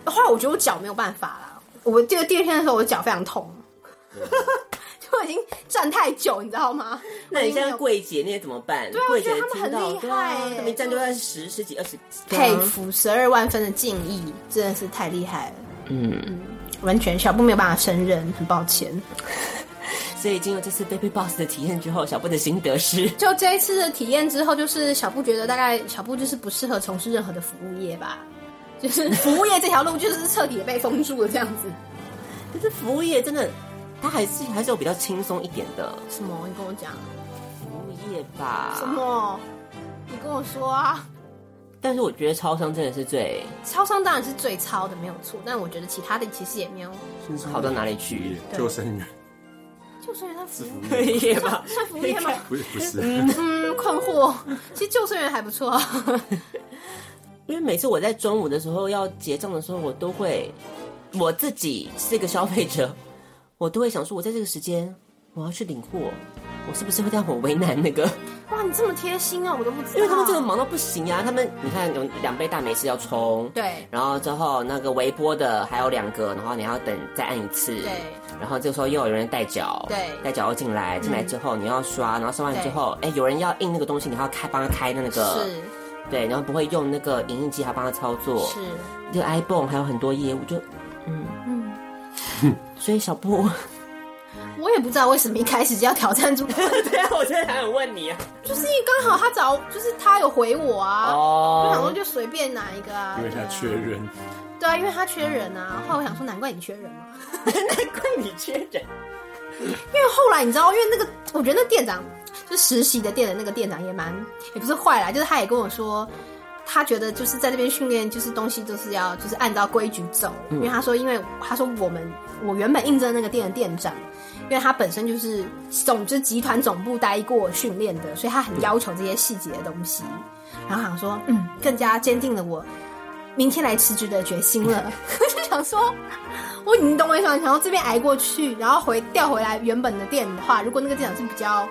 Speaker 2: 后来我觉得我脚没有办法啦，我第二第二天的时候我脚非常痛， 就我已经站太久，你知道吗？
Speaker 5: 那你
Speaker 2: 我已经
Speaker 5: 现在
Speaker 2: 没有
Speaker 5: 柜姐那些怎么办？
Speaker 2: 对啊
Speaker 5: 柜姐
Speaker 2: 我觉得他们
Speaker 5: 听到
Speaker 2: 很厉害欸
Speaker 5: 对啊
Speaker 2: 耶
Speaker 5: 他们一站就在十十几二啊十。
Speaker 2: 佩服十二万分的敬意，真的是太厉害了，
Speaker 5: 嗯，
Speaker 2: 完全小布没有办法胜任，很抱歉。
Speaker 5: 所以经过这次 Baby Boss 的体验之后，小布的心得是，
Speaker 2: 就这一次的体验之后，就是小布觉得大概小布就是不适合从事任何的服务业吧，就是服务业这条路就是彻底被封住了这样子。
Speaker 5: 可是服务业真的，它还是还是有比较轻松一点的
Speaker 2: 什么？你跟我讲
Speaker 5: 服务业吧。
Speaker 2: 什？么？你跟我说啊，
Speaker 5: 但是我觉得超商真的是最
Speaker 2: 超商当然是最超的，没有错。但我觉得其他的其实也没有，
Speaker 5: 好到哪里去？
Speaker 6: 救生员
Speaker 2: 救生员他服务
Speaker 5: 服务业 吧。
Speaker 2: 算服务业吗？
Speaker 6: 不是不是，
Speaker 2: 嗯，困惑。其实救生员还不 错啊，
Speaker 5: 因为每次我在中午的时候要结账的时候，我都会我自己是一个消费者， 我都会想说，我在这个时间我要去领货，我是不是会让我为难那个？
Speaker 2: 哇，你这么贴心啊，我都不知道。
Speaker 5: 因为他们真的忙到不行呀、他们你看有两杯大美式要冲，
Speaker 2: 对
Speaker 5: 然后之后那个微波的还有两个，然后你还要等再按一次，
Speaker 2: 对。
Speaker 5: 然后这个时候又有人带脚，
Speaker 2: 对
Speaker 5: 带脚要进来，进来之后你要刷，然后刷完之
Speaker 2: 对
Speaker 5: 后，哎，有人要印那个东西，你还要开帮他开那个，
Speaker 2: 是
Speaker 5: 对，然后不会用那个影印机，还帮他操作，
Speaker 2: 是，
Speaker 5: 就 iPhone 还有很多业务，就嗯嗯，所以小布，
Speaker 2: 我也不知道为什么一开始就要挑战主 管，
Speaker 5: 对啊， 我现在还想问你啊，
Speaker 2: 就是因为刚好他找，就是他有回我啊，我想说
Speaker 5: 哦，
Speaker 2: 就随便拿一个啊，
Speaker 6: 因为
Speaker 2: 对
Speaker 6: 他
Speaker 2: 啊
Speaker 6: 缺人，
Speaker 2: 对啊，因为他缺人啊。后来我想说，难怪你缺人嘛。
Speaker 5: 难怪你缺人，
Speaker 2: 因为后来你知道，因为那个我觉得那店长就实习的店的那个店长也蛮也不是坏啦，就是他也跟我说。他觉得就是在这边训练，就是东西就是要就是按照规矩走，因为他说，因为他说我们我原本应征那个店的店长，因为他本身就是总之集团总部待过训练的，所以他很要求这些细节的东西。然后想说，嗯，更加坚定了我明天来辞职的决心了。我就想说，我你懂我意思吗？想说这边挨过去，然后回调回来原本的店的话，如果那个店长是比较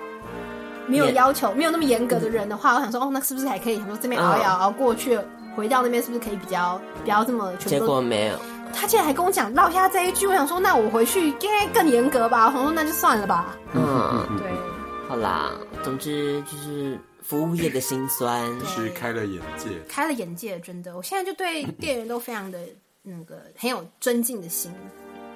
Speaker 2: 没有
Speaker 5: 严
Speaker 2: 要求、没有那么严格的人的话，我想说，哦，那是不是还可以？想说这边熬一熬，熬过去，回到那边是不是可以比较不要这么全
Speaker 5: 结
Speaker 2: 部都
Speaker 5: 果没有，
Speaker 2: 他竟然还跟我讲落下这一句，我想说，那我回去应该更严格吧？我想说那就算了吧。
Speaker 5: 嗯，
Speaker 2: 对，
Speaker 5: 好啦，总之就是服务业的辛酸，
Speaker 6: 是开了眼界。
Speaker 2: 开了眼界，真的，我现在就对店员都非常的那个很有尊敬的心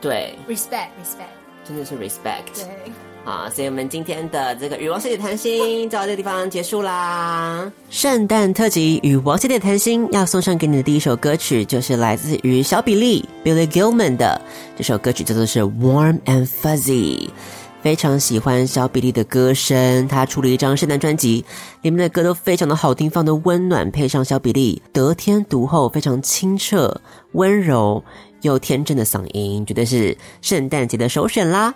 Speaker 5: 对，
Speaker 2: ，respect respect。
Speaker 5: 真的是 respect
Speaker 2: 对，
Speaker 5: 啊，所以我们今天的这个与王小姐谈心就到这个地方结束啦。圣诞特辑与王小姐谈心要送上给你的第一首歌曲，就是来自于小比利 Billy Gilman 的这首歌曲，叫做是 Warm and Fuzzy。非常喜欢小比利的歌声，他出了一张圣诞专辑，里面的歌都非常的好听，非常的温暖，配上小比利得天独厚、非常清澈、温柔又天真的嗓音，绝对是圣诞节的首选啦。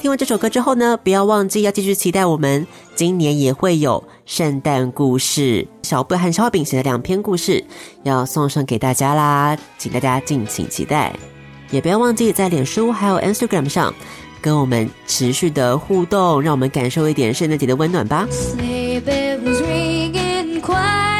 Speaker 5: 听完这首歌之后呢，不要忘记要继续期待我们今年也会有圣诞故事。小布和小画饼写的两篇故事要送上给大家啦，请大家敬请期待。也不要忘记在脸书还有 Instagram 上跟我们持续的互动，让我们感受一点圣诞节的温暖吧。
Speaker 11: sleigh bells ringing quiet.